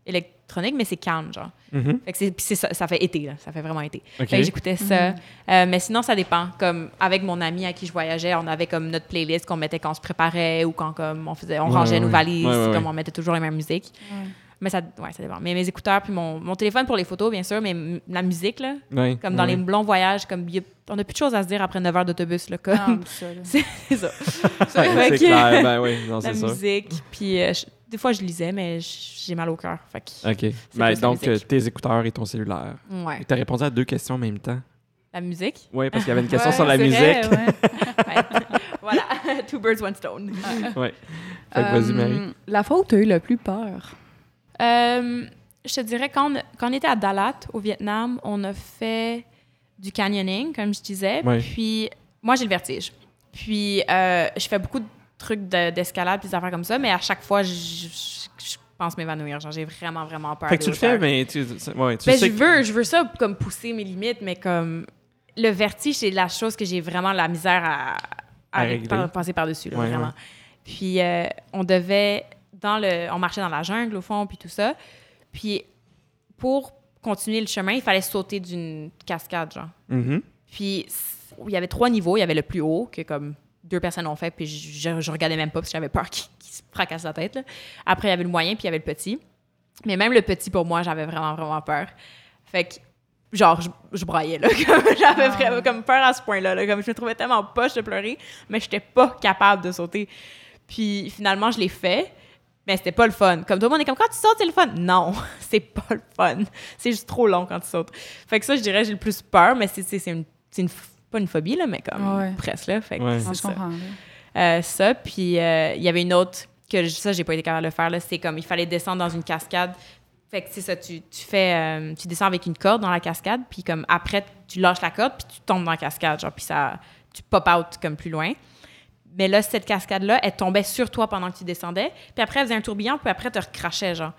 électronique, mais c'est calme, genre. Mhm. Fait que c'est, puis c'est ça, ça fait été, là. Ça fait vraiment été. OK. Fait que j'écoutais ça. Euh, mais sinon, ça dépend. Comme avec mon ami à qui je voyageais, on avait comme notre playlist qu'on mettait quand on se préparait ou quand comme on faisait, on Ouais, rangeait ouais, nos ouais. valises, Ouais, ouais, comme ouais. on mettait toujours la même musique. Mais ça, ouais, ça dépend. Mais mes écouteurs, puis mon, mon téléphone pour les photos, bien sûr, mais m- la musique, là. Ouais, Comme dans ouais. les longs voyages, comme y a- on n'a plus de choses à se dire après 9 heures d'autobus, là. Ah, Comme, Non, ça, là. c'est ça. Ouais, C'est Fait que- clair, ben oui, non, c'est la ça. musique. Puis euh, je- des fois, je lisais, mais j- j'ai mal au cœur. Fait que, OK. Ben, plus la donc, euh, musique. tes écouteurs et ton cellulaire. ouais. Tu as répondu à deux questions en même temps. La musique. Oui, parce qu'il y avait une question Ouais, sur la c'est musique. vrai, ouais. Ouais. voilà, two birds, one stone. Fait que Um, vas-y, Marie. Euh, La fois où tu as eu le plus peur. Euh, je te dirais, quand on, quand on était à Dalat, au Vietnam, on a fait du canyoning, comme je disais. Ouais. Puis, moi, j'ai le vertige. Puis, euh, je fais beaucoup de trucs de- d'escalade, puis des affaires comme ça, mais à chaque fois, je, je- je pense m'évanouir. Genre, j'ai vraiment, vraiment peur. Fait que des tu le fais, hauteurs. mais tu, tu- ouais, tu Ben, sais je que- veux, je veux ça comme pousser mes limites, mais comme le vertige, c'est la chose que j'ai vraiment la misère à, À à régler. par- passer par-dessus, là, Ouais, vraiment. ouais. Puis euh, on devait, dans le, on marchait dans la jungle au fond, puis tout ça. Puis pour continuer le chemin, il fallait sauter d'une cascade, genre. Mhm. Puis s- il y avait trois niveaux. Il y avait le plus haut que comme deux personnes ont fait, puis je, je- je regardais même pas parce que j'avais peur qu'il qu'il se fracasse la tête. là. Après, il y avait le moyen, puis il y avait le petit. Mais même le petit, pour moi, j'avais vraiment, vraiment peur. Fait que, genre, je, je braillais, là. comme J'avais vraiment comme peur à ce point-là. là, Comme je me trouvais tellement poche de pleurer, mais j'étais pas capable de sauter. Puis finalement, je l'ai fait, mais c'était pas le fun. Comme tout le monde est comme, quand tu sautes, c'est le fun. Non, c'est pas le fun. C'est juste trop long quand tu sautes. Fait que ça, je dirais, j'ai le plus peur, mais c'est- c'est c'est une, c'est une ph- pas une phobie, là, mais comme Ouais. presque, là. Fait que Ouais. c'est Ah, je ça. comprends. là. Euh, ça, puis euh, il y avait une autre que je- ça, j'ai pas été capable de le faire. là, C'est comme il fallait descendre dans une cascade Fait que c'est ça, tu, tu fais, euh, tu descends avec une corde dans la cascade, puis comme après, tu lâches la corde, puis tu tombes dans la cascade, genre, puis ça, tu pop out comme plus loin. Mais là, cette cascade-là, elle tombait sur toi pendant que tu descendais, puis après, elle faisait un tourbillon, puis après, elle te recrachait, genre.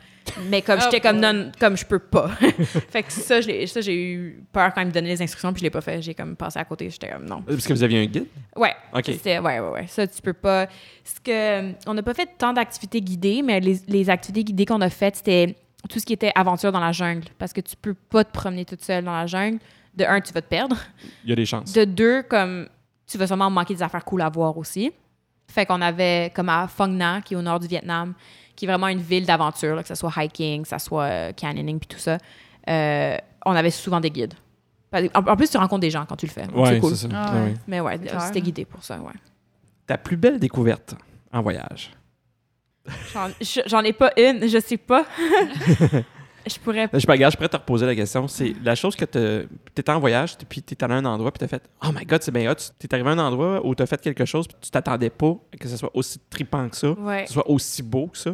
Mais comme Ah, j'étais comme, ouais. non, comme je peux pas. fait que ça, je l'ai- ça, j'ai eu peur quand ils me donnaient les instructions, puis je l'ai pas fait. J'ai comme passé à côté, j'étais comme, non. Parce que vous aviez un guide? Ouais. OK. C'était- ouais, ouais, ouais. Ça, tu peux pas. Ce que, on n'a pas fait tant d'activités guidées, mais les, les activités guidées qu'on a faites, c'était tout ce qui était aventure dans la jungle. Parce que tu peux pas te promener toute seule dans la jungle. De un, tu vas te perdre. Il y a des chances. De deux, comme, tu vas sûrement manquer des affaires cool à voir aussi. Fait qu'on avait, comme à Phong Nha, qui est au nord du Vietnam, qui est vraiment une ville d'aventure, là, que ce soit hiking, que ce soit euh, canyoning, puis tout ça. Euh, on avait souvent des guides. En, en plus, tu rencontres des gens quand tu le fais. donc c'est Ouais, cool. c'est ça. Ben Ah Ouais, ouais. ouais. Mais ouais, C'est clair. hein. c'était guidé pour ça, ouais. Ta plus belle découverte en voyage? J'en- je- J'en ai pas une, je sais pas. je pourrais. Là, Ben, Je sais pas, regarde, je pourrais te reposer la question. C'est la chose que tu étais en voyage, t- puis tu allé à un endroit, puis tu as fait Oh my god, c'est bien hot. Tu es arrivé à un endroit où tu as fait quelque chose, puis tu t'attendais pas que ce soit aussi tripant que ça, Ouais. que ce soit aussi beau que ça.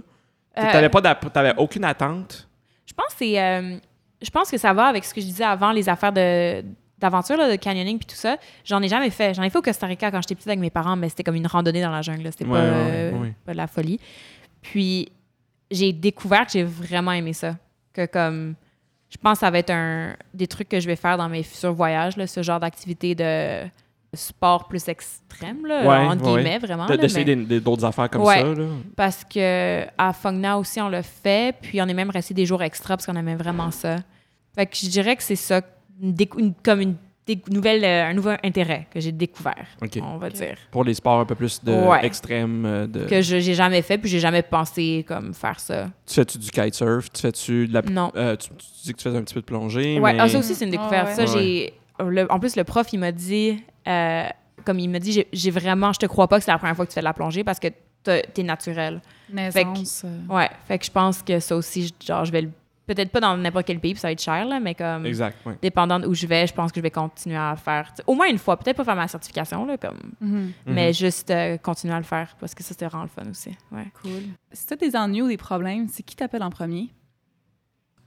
Tu Euh, n'avais pas d'app- t'avais aucune attente. Je pense que c'est, euh, je pense que ça va avec ce que je disais avant, les affaires de d'aventure, là, de canyoning puis tout ça. J'en ai jamais fait. J'en ai fait au Costa Rica quand j'étais petite avec mes parents, mais c'était comme une randonnée dans la jungle. là. C'était Ouais, pas, ouais, euh, ouais. pas de la folie. Puis j'ai découvert que j'ai vraiment aimé ça. Que comme je pense que ça va être un des trucs que je vais faire dans mes futurs voyages, là, ce genre d'activité de sport plus extrême, là, Ouais, entre ouais, ouais. guillemets, vraiment. De- là, D'essayer Ah, des- mais- des- d'autres affaires comme Ouais. ça. Là. parce que à Fogna aussi on l'a fait, puis on est même resté des jours extra parce qu'on aimait vraiment ça. Fait que je dirais que c'est ça, une décou- une- comme une déc- nouvelle, euh, un nouveau intérêt que j'ai découvert, OK. on va Ok. dire, Pour les sports un peu plus de Oh. Ouais. extrêmes. euh, De... que je j'ai jamais fait, puis j'ai jamais pensé comme faire ça. Tu fais-tu du kitesurf? Tu fais-tu de la. Non. euh, tu, tu dis que tu fais un petit peu de plongée. Ouais, mais... ah, ça aussi c'est une Ouais, découverte. ouais. Ça Ouais, j'ai, euh, le- en plus le prof il m'a dit, euh, comme il m'a dit, j'ai- j'ai vraiment, je te crois pas que c'est la première fois que tu fais de la plongée parce que t'as- t'es naturel. Naissance. euh, Ouais, fait que je pense que ça aussi, je- genre, je vais le- peut-être pas dans n'importe quel pays, puis ça va être cher, là, mais comme, Exact. ouais. dépendant d'où je vais, je pense que je vais continuer à faire, t'sais, au moins une fois, peut-être pas faire ma certification, là, comme, mhm. mais juste euh, continuer à le faire, parce que ça, c'était vraiment le fun aussi, ouais. Cool. Si t'as des ennuis ou des problèmes, c'est qui t'appelle en premier?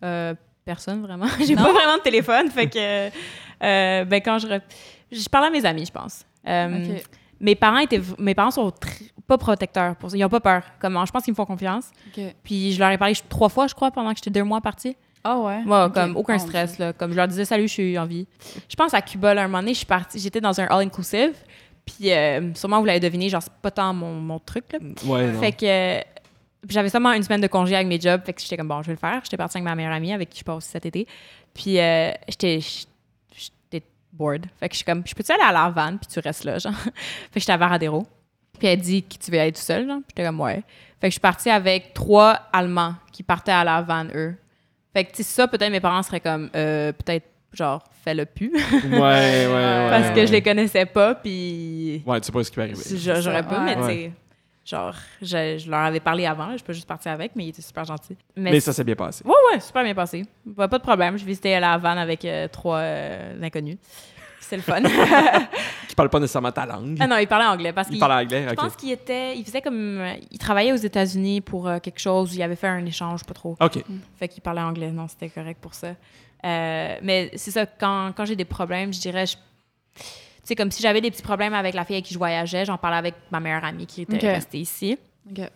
Euh, personne, vraiment. J'ai pas vraiment de téléphone, fait que, euh, ben, quand je... re- Je parle à mes amis, je pense. Euh, Ok. Hmm. Mes parents étaient... v- Mes parents sont tr- pas protecteurs pour ça. Ils ont pas peur. Comment? Je pense qu'ils me font confiance. Ok. Puis je leur ai parlé je- trois fois, je crois, pendant que j'étais deux mois partie. Ah ouais? Moi, Ok. comme aucun Bon, stress. Là. Comme je leur disais, salut, je suis en vie. Je pense à Cuba, là, un moment donné, je suis partie, j'étais dans un all-inclusive. Puis euh, sûrement, vous l'avez deviné, genre, c'est pas tant mon, mon truc. Là. Ouais, non. Fait que euh, puis j'avais seulement une semaine de congé avec mes jobs. Fait que j'étais comme, bon, je vais le faire. J'étais partie avec ma meilleure amie avec qui je passe cet été. Puis euh, j'étais. j'étais bored. Fait que je suis comme, je peux-tu aller à la vanne, puis tu restes là, genre. fait que j'étais à Varadero. Puis elle dit que tu veux aller tout seul, genre. Puis j'étais comme, ouais. Fait que je suis partie avec trois Allemands qui partaient à la vanne, eux. Fait que, tu sais, ça, peut-être mes parents seraient comme, Euh, peut-être, genre, fais-le plus. Ouais, ouais, ouais. Parce que ouais. je les connaissais pas, puis. Ouais, tu sais pas ce qui va arriver. Si j'a- J'aurais pas, mais Ouais. tu sais, genre, je, je leur avais parlé avant, là, je peux juste partir avec, mais il était super gentil. Mais, Mais ça s'est bien passé. ouais, ouais, super bien passé. Bah, pas de problème, je visitais la Havane avec euh, trois euh, inconnus. C'est le fun. Qui parle pas nécessairement ta langue. ah non, ils parlaient anglais parce Il qu'ils. parle anglais, Je ok. pense qu'il était, il faisait comme, euh, il travaillait aux États-Unis pour euh, quelque chose, il avait fait un échange, pas trop. OK. Fait qu'il parlait anglais, non, c'était correct pour ça. Euh, mais c'est ça, quand, quand j'ai des problèmes, je dirais, je- tu sais, comme si j'avais des petits problèmes avec la fille avec qui je voyageais, j'en parlais avec ma meilleure amie qui était Ok. restée ici. Ok. Ok.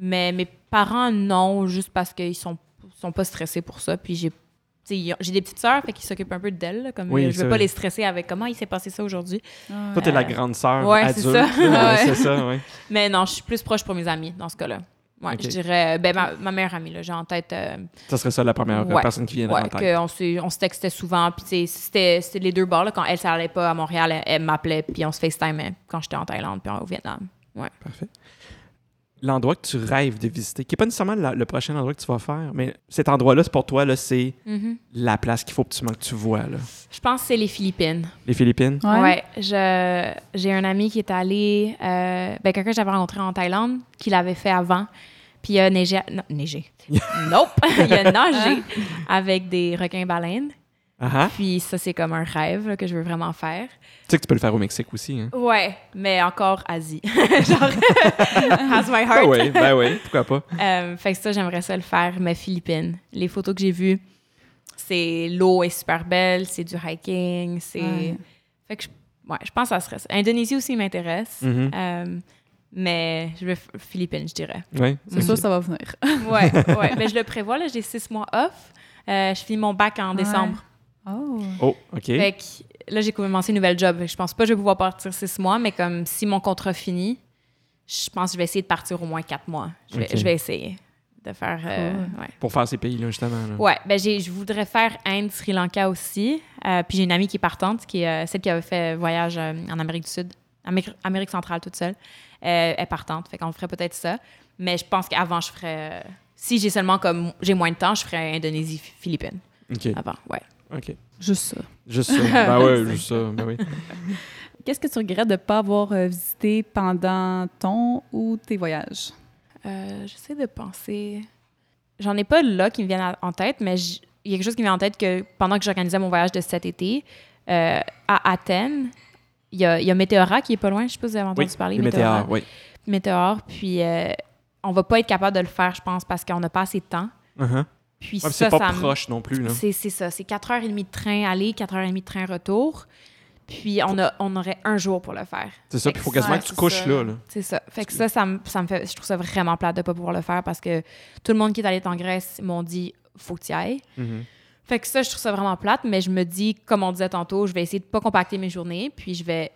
Mais mes parents, non, juste parce qu'ils sont, sont pas stressés pour ça. Puis j'ai tu sais, ils ont- j'ai des petites sœurs, fait qu'ils s'occupent un peu d'elles. là, Comme Oui, euh, c'est je veux pas vrai. les stresser avec comment il s'est passé ça aujourd'hui. Ah ouais. Toi, t'es la grande sœur ouais, adulte. c'est ça. là, Ouais. C'est ça, oui. Mais non, je suis plus proche pour mes amis dans ce cas-là. Ouais, Ok. Je dirais, euh, ben, ma, ma meilleure amie, là, j'ai en tête euh, Ça serait ça la première Ouais. personne qui viendrait ouais, en tête. qu'on se, on se textait souvent. Puis tu sais, c'était c'était les deux bords. là. Quand elle, ça allait pas à Montréal, elle, elle m'appelait. Puis on se FaceTime euh, quand j'étais en Thaïlande puis au Vietnam. Parfait. L'endroit que tu rêves de visiter, qui n'est pas nécessairement la- le prochain endroit que tu vas faire, mais cet endroit-là, c'est pour toi, là, c'est Mm-hmm. la place qu'il faut que tu, que tu vois. Là. Je pense que c'est les Philippines. Les Philippines. Ouais. Ouais, je- j'ai un ami qui est allé, euh, ben quelqu'un que j'avais rencontré en Thaïlande, qui l'avait fait avant, puis il a neigé, à- non, neigé, nope, il a nagé avec des requins baleines, Ah ah. Puis ça, c'est comme un rêve là, que je veux vraiment faire. Tu sais que tu peux le faire au Mexique aussi. Hein? Ouais, mais encore Asie. Genre, has my heart. Ben oui, ben oui, pourquoi pas. Euh, fait que ça, j'aimerais ça le faire, mais Philippines. Les photos que j'ai vues, c'est l'eau est super belle, c'est du hiking, c'est... Ouais. Fait que je, ouais, je pense que ça serait ça. Indonésie aussi m'intéresse, Mhm. euh, mais je vais f- Philippines, je dirais. Oui. C'est sûr, ça va venir. Ouais, ouais. Mais je le prévois, là, j'ai six mois off. Euh, je finis mon bac en Ouais. décembre. Oh. Oh, OK. Fait que là, j'ai commencé une nouvelle job. Fait que Je pense pas que je vais pouvoir partir six mois, mais comme si mon contrat finit, je pense que je vais essayer de partir au moins quatre mois. Je vais, Ok. je vais essayer de faire. euh, ouais. Pour faire ces pays-là, justement. là. Ouais, ben j'ai- je voudrais faire Inde, Sri Lanka aussi. Euh, puis j'ai une amie qui est partante, qui est euh, celle qui avait fait voyage euh, en Amérique du Sud, Amérique, Amérique centrale toute seule. Euh, elle est partante, fait qu'on ferait peut-être ça. Mais je pense qu'avant, je ferais. euh, si j'ai seulement comme j'ai moins de temps, je ferais Indonésie, Phi- Philippines. OK. Avant, ouais. OK. Juste ça. Juste ça. Ben ouais, juste ça. Ben oui. Qu'est-ce que tu regrettes de ne pas avoir euh, visité pendant ton ou tes voyages? Euh, J'essaie de penser. J'en ai pas là qui me viennent à- en tête, mais j- il y a quelque chose qui me vient en tête que pendant que j'organisais mon voyage de cet été, euh, à Athènes, il y a, il y a Météora qui est pas loin. Je sais pas si vous avez entendu Oui, parler. le Météora. météore, oui. Météore. Puis euh, on va pas être capable de le faire, je pense, parce qu'on n'a pas assez de temps. Uh-huh. Ouais, Puis puis ça, c'est pas ça me- proche non plus. Là. C'est c'est ça. C'est 4h30 de train aller, 4h30 de train retour. Puis on, a, on aurait un jour pour le faire. C'est ça, puis il faut Fait que quasiment ouais, que tu c'est couches ça. là. là. C'est ça. Fait que ça, ça me, ça me fait. Je trouve ça vraiment plate de pas pouvoir le faire parce que tout le monde qui est allé en Grèce m'ont dit faut que tu y ailles. Mhm. Fait que ça, je trouve ça vraiment plate, mais je me dis, comme on disait tantôt, je vais essayer de pas compacter mes journées, puis je vais.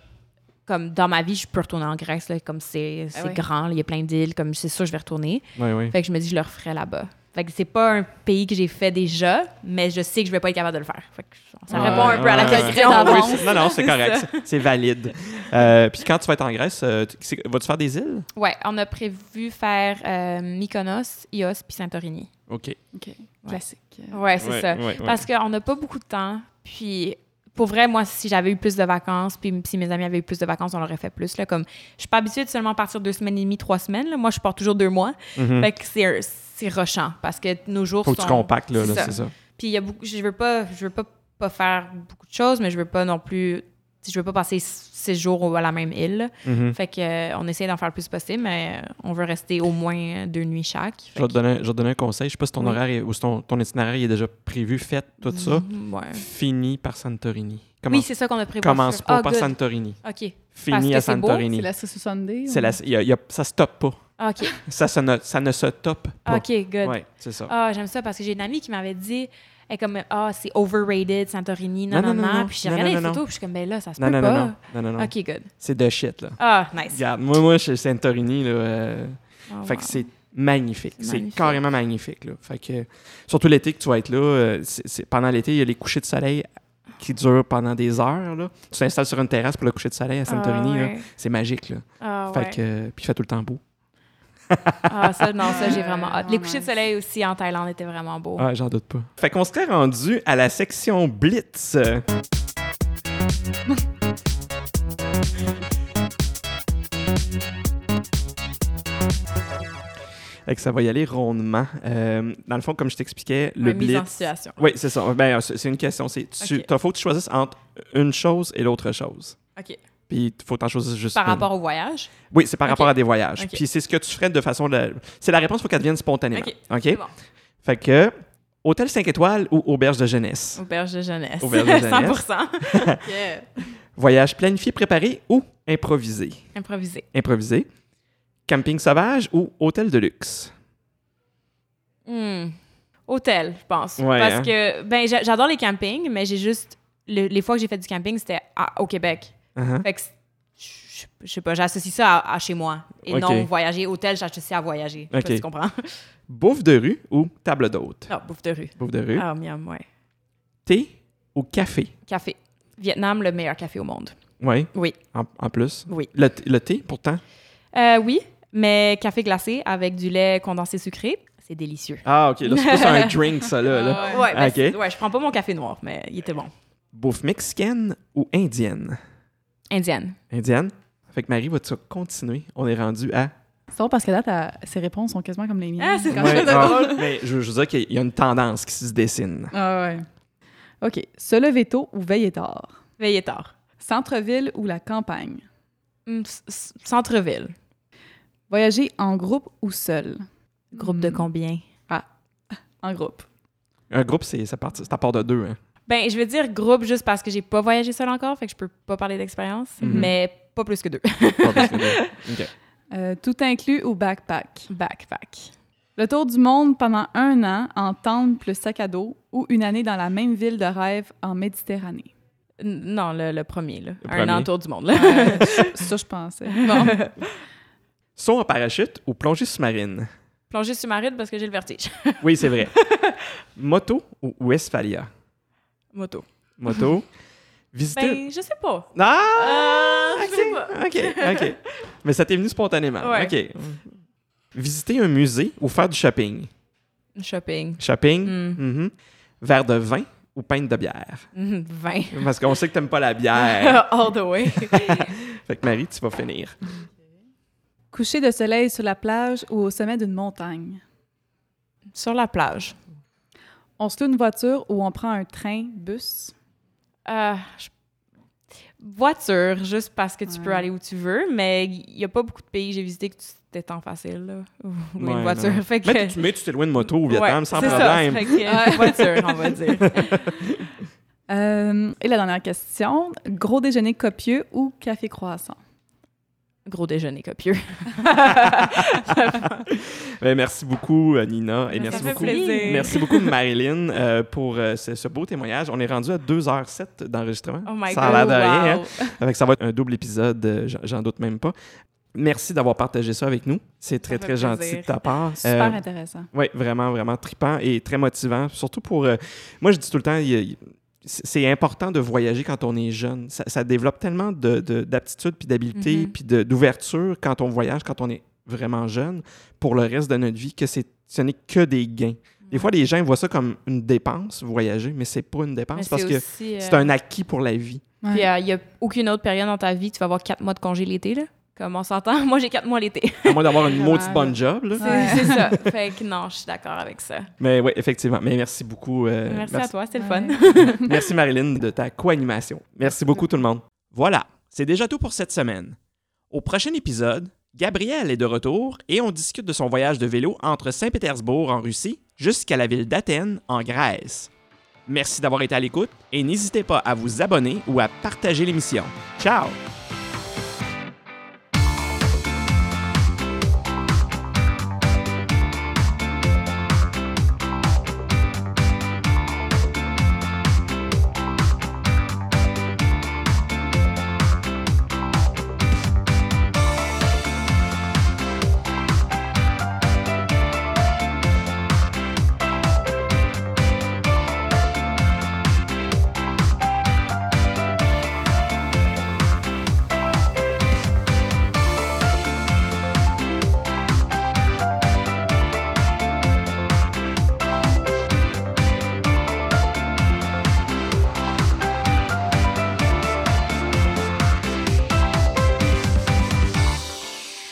Comme dans ma vie, je peux retourner en Grèce, là, comme c'est c'est ouais. grand, là, il y a plein d'îles, comme c'est sûr, je vais retourner. Ouais, ouais. Fait que je me dis, je le referai là-bas. Fait que c'est pas un pays que j'ai fait déjà, mais je sais que je vais pas être capable de le faire. Fait que ça Ouais, répond un peu à la ouais, question. ouais. Oui, d'avance. c'est- non, non, c'est correct. c'est- C'est valide. Euh, puis quand tu vas être en Grèce, euh, tu- c'est- vas-tu faire des îles? Ouais, on a prévu faire euh, Mykonos, Ios, puis Santorini. OK. OK. Classique. Euh, Ouais, c'est Ouais, ça. ouais, ouais. Parce qu'on n'a pas beaucoup de temps. Puis, pour vrai, moi, si j'avais eu plus de vacances, puis si mes amis avaient eu plus de vacances, on l'aurait fait plus. Là, comme, je suis pas habituée de seulement partir deux semaines et demie, trois semaines. là. Moi, je pars toujours deux mois. Mhm. Fait que c'est, c'est rushant parce que nos jours Faut sont... que tu compactes, là, c'est là, ça. c'est ça. Puis, il y a beaucoup... Je veux pas... Je veux pas, pas faire beaucoup de choses, mais je veux pas non plus... tu sais, Je veux pas passer s- six jours au- à la même île. Mhm. Fait que, euh, on essaie d'en faire le plus possible, mais euh, on veut rester au moins deux nuits chaque. Fait Je vais, te que- donner, je vais te donner un conseil. Je sais pas si ton Oui. horaire est- ou si ton, ton itinéraire est déjà prévu, fait, tout ça. Mm-hmm, Ouais. Fini par Santorini. Oui, Commence, c'est ça qu'on a prévu. commence pas Ah, par good. Santorini. OK. Parce Fini que à c'est beau, Santorini. C'est la Sri Sunday? C'est la, il y a- il y a- ça se top pas. OK. Ça, ça ne, ça ne se top pas. Ah, OK, good. Ouais, c'est ça. Ah, j'aime ça parce que j'ai une amie qui m'avait dit, elle est comme, ah, c'est overrated, Santorini, non, non, non. Puis j'ai Non, regardé non, les non, photos, puis je suis comme, ben là, ça se Non, peut non, pas. non, non, non, non, non. OK, good. C'est de shit, là. Ah, nice. Regarde, moi, moi, je suis Santorini, là. euh, Oh, Fait que wow. c'est magnifique. C'est C'est magnifique. carrément magnifique. Là. Fait que, surtout l'été que tu vas être là, euh, c'est- c'est- pendant l'été, il y a les couchers de soleil qui durent pendant des heures. Là. Tu t'installes sur une terrasse pour le coucher de soleil à Santorini. Ah, là. ouais. C'est magique. Là. Ah, fait ouais. que, euh, puis il fait tout le temps beau. Ah, ça, non, ça, j'ai Euh, vraiment hâte. Les oh, couchers de nice. soleil aussi en Thaïlande étaient vraiment beaux. Ah, J'en doute pas. Fait qu'on serait rendu à la section Blitz. Fait que ça va y aller rondement. Euh, dans le fond, comme je t'expliquais, le Ouais, Mise en Blitz. situation. Oui, c'est ça. Ben, c'est c'est une question. C'est, tu, Ok. t'as- faut que tu choisisses entre une chose et l'autre chose. OK. Puis, il faut t'en choisir juste Par une. rapport au voyage. Oui, c'est par Ok. rapport à des voyages. Ok. Puis, c'est ce que tu ferais de façon... la- C'est la réponse, faut qu'elle devienne spontanément. Ok. OK? C'est bon. Fait que, hôtel 5 étoiles ou auberge de jeunesse? Auberge de jeunesse. Auberge de jeunesse. 100%. Yeah. Voyage planifié, préparé ou improvisé? Improvisé. Improvisé. Camping sauvage ou hôtel de luxe? Hmm. Hôtel, je pense. Ouais, Parce hein? que, ben, j'a- j'adore les campings, mais j'ai juste. le- les fois que j'ai fait du camping, c'était à- au Québec. Uh-huh. Fait que, c'est- je je sais pas, j'associe ça à, à chez moi. Et Ok. non voyager. Hôtel, j'associe à voyager. Je sais Ok. pas si tu comprends. Bouffe de rue ou table d'hôte? Non, bouffe de rue. Bouffe de rue. Ah, miam, ouais. Thé ou café? Café. Vietnam, le meilleur café au monde. Oui, Oui, en, en plus. oui. Le, th- le thé, pourtant? Euh, oui, mais café glacé avec du lait condensé sucré, c'est délicieux. Ah, OK. Là, c'est plus un drink, ça, là. là. Ah Ouais, ben, Ok. c'est- ouais, je prends pas mon café noir, mais il était bon. Bouffe mexicaine ou indienne? Indienne. Indienne. Fait que Marie, vas-tu continuer? On est rendu à... C'est drôle parce que là, ta- ses réponses sont quasiment comme les miennes. Ah, c'est quand Ouais, même ah, drôle. mais je, je veux dire qu'il y a une tendance qui se dessine. Ah ouais. OK. Se lever tôt ou veiller tard? Veillez tard. Centre-ville ou la campagne? Hum, c- c- Centre-ville. Voyager en groupe ou seul? Groupe de combien? En groupe. Un groupe, c'est ça part, ça part de deux. hein. Ben, je veux dire groupe juste parce que j'ai pas voyagé seule encore, fait que je peux pas parler d'expérience, Mhm. mais pas plus que deux. Pas plus que deux. OK. Euh, tout inclus ou backpack? Backpack. Le tour du monde pendant un an en tente plus sac à dos ou une année dans la même ville de rêve en Méditerranée? N- non, le, le premier, là. Le Un premier. an autour du monde, là. Euh, ça, je pensais. Bon. Saut en parachute ou plongée sous-marine? Plongée sous-marine parce que j'ai le vertige. Oui, c'est vrai. Moto ou Westphalia? Moto. Moto. Visiter... Ben, je sais pas. Ah! Euh, je sais pas. OK, OK. Mais ça t'est venu spontanément. Ouais. OK. Visiter un musée ou faire du shopping? Shopping. Shopping? Mm. mhm. Verre de vin ou pinte de bière? Mhm, 20. Parce qu'on sait que t'aimes pas la bière. All the way. fait que Marie, tu vas finir. Coucher de soleil sur la plage ou au sommet d'une montagne? Sur la plage. On se loue une voiture ou on prend un train, bus? Euh, je- Voiture, juste parce que tu peux Ouais. aller où tu veux, mais il y a pas beaucoup de pays que j'ai visités que c'était temps facile, là. Ou ou Ouais, une voiture. non. Fait que... Mais tu mets, tu t'éloignes de moto au Vietnam Ouais, sans c'est ça. problème. Fait que, euh, voiture, on va dire. Euh, et la dernière question, gros déjeuner copieux ou café croissant? Gros déjeuner copieux. Ben, merci beaucoup, euh, Nina. Et Ça merci fait beaucoup. plaisir. Merci beaucoup, Marilyn, euh, pour euh, ce, ce beau témoignage. On est rendu à 2h07 d'enregistrement. Oh my Ça a l'air God, de rien. wow. hein. Fait que ça va être un double épisode, euh, j'en- j'en doute même pas. Merci d'avoir partagé ça avec nous. C'est très, fait très gentil plaisir. de ta part. Super Euh, intéressant. oui, vraiment, vraiment tripant et très motivant. Surtout pour. euh, moi, je dis tout le temps, il y a- il- c'est c'est important de voyager quand on est jeune. Ça, ça développe tellement de- de- d'aptitudes, puis d'habiletés, Mhm. puis de- d'ouverture quand on voyage, quand on est vraiment jeune, pour le reste de notre vie, que c'est ce n'est que des gains. Mm-hmm. Des fois, les gens voient ça comme une dépense, voyager, mais c'est pas une Mais dépense c'est parce que aussi, euh, c'est un acquis pour la vie. Puis euh, il n'y a aucune autre période dans ta vie, tu vas avoir quatre mois de congé l'été, là. Comme on s'entend, moi j'ai quatre mois l'été. À moins d'avoir une Vraiment, maudite bonne là. job. là. C'est Ouais. c'est ça. Fait que non, je suis d'accord avec ça. Mais oui, effectivement. Mais merci beaucoup. euh, merci, à toi, c'était le fun. Ouais. Merci Marilyn de ta co-animation. Merci beaucoup tout le monde. Voilà, c'est déjà tout pour cette semaine. Au prochain épisode, Gabriel est de retour et on discute de son voyage de vélo entre Saint-Pétersbourg en Russie jusqu'à la ville d'Athènes en Grèce. Merci d'avoir été à l'écoute et n'hésitez pas à vous abonner ou à partager l'émission. Ciao!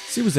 Si vous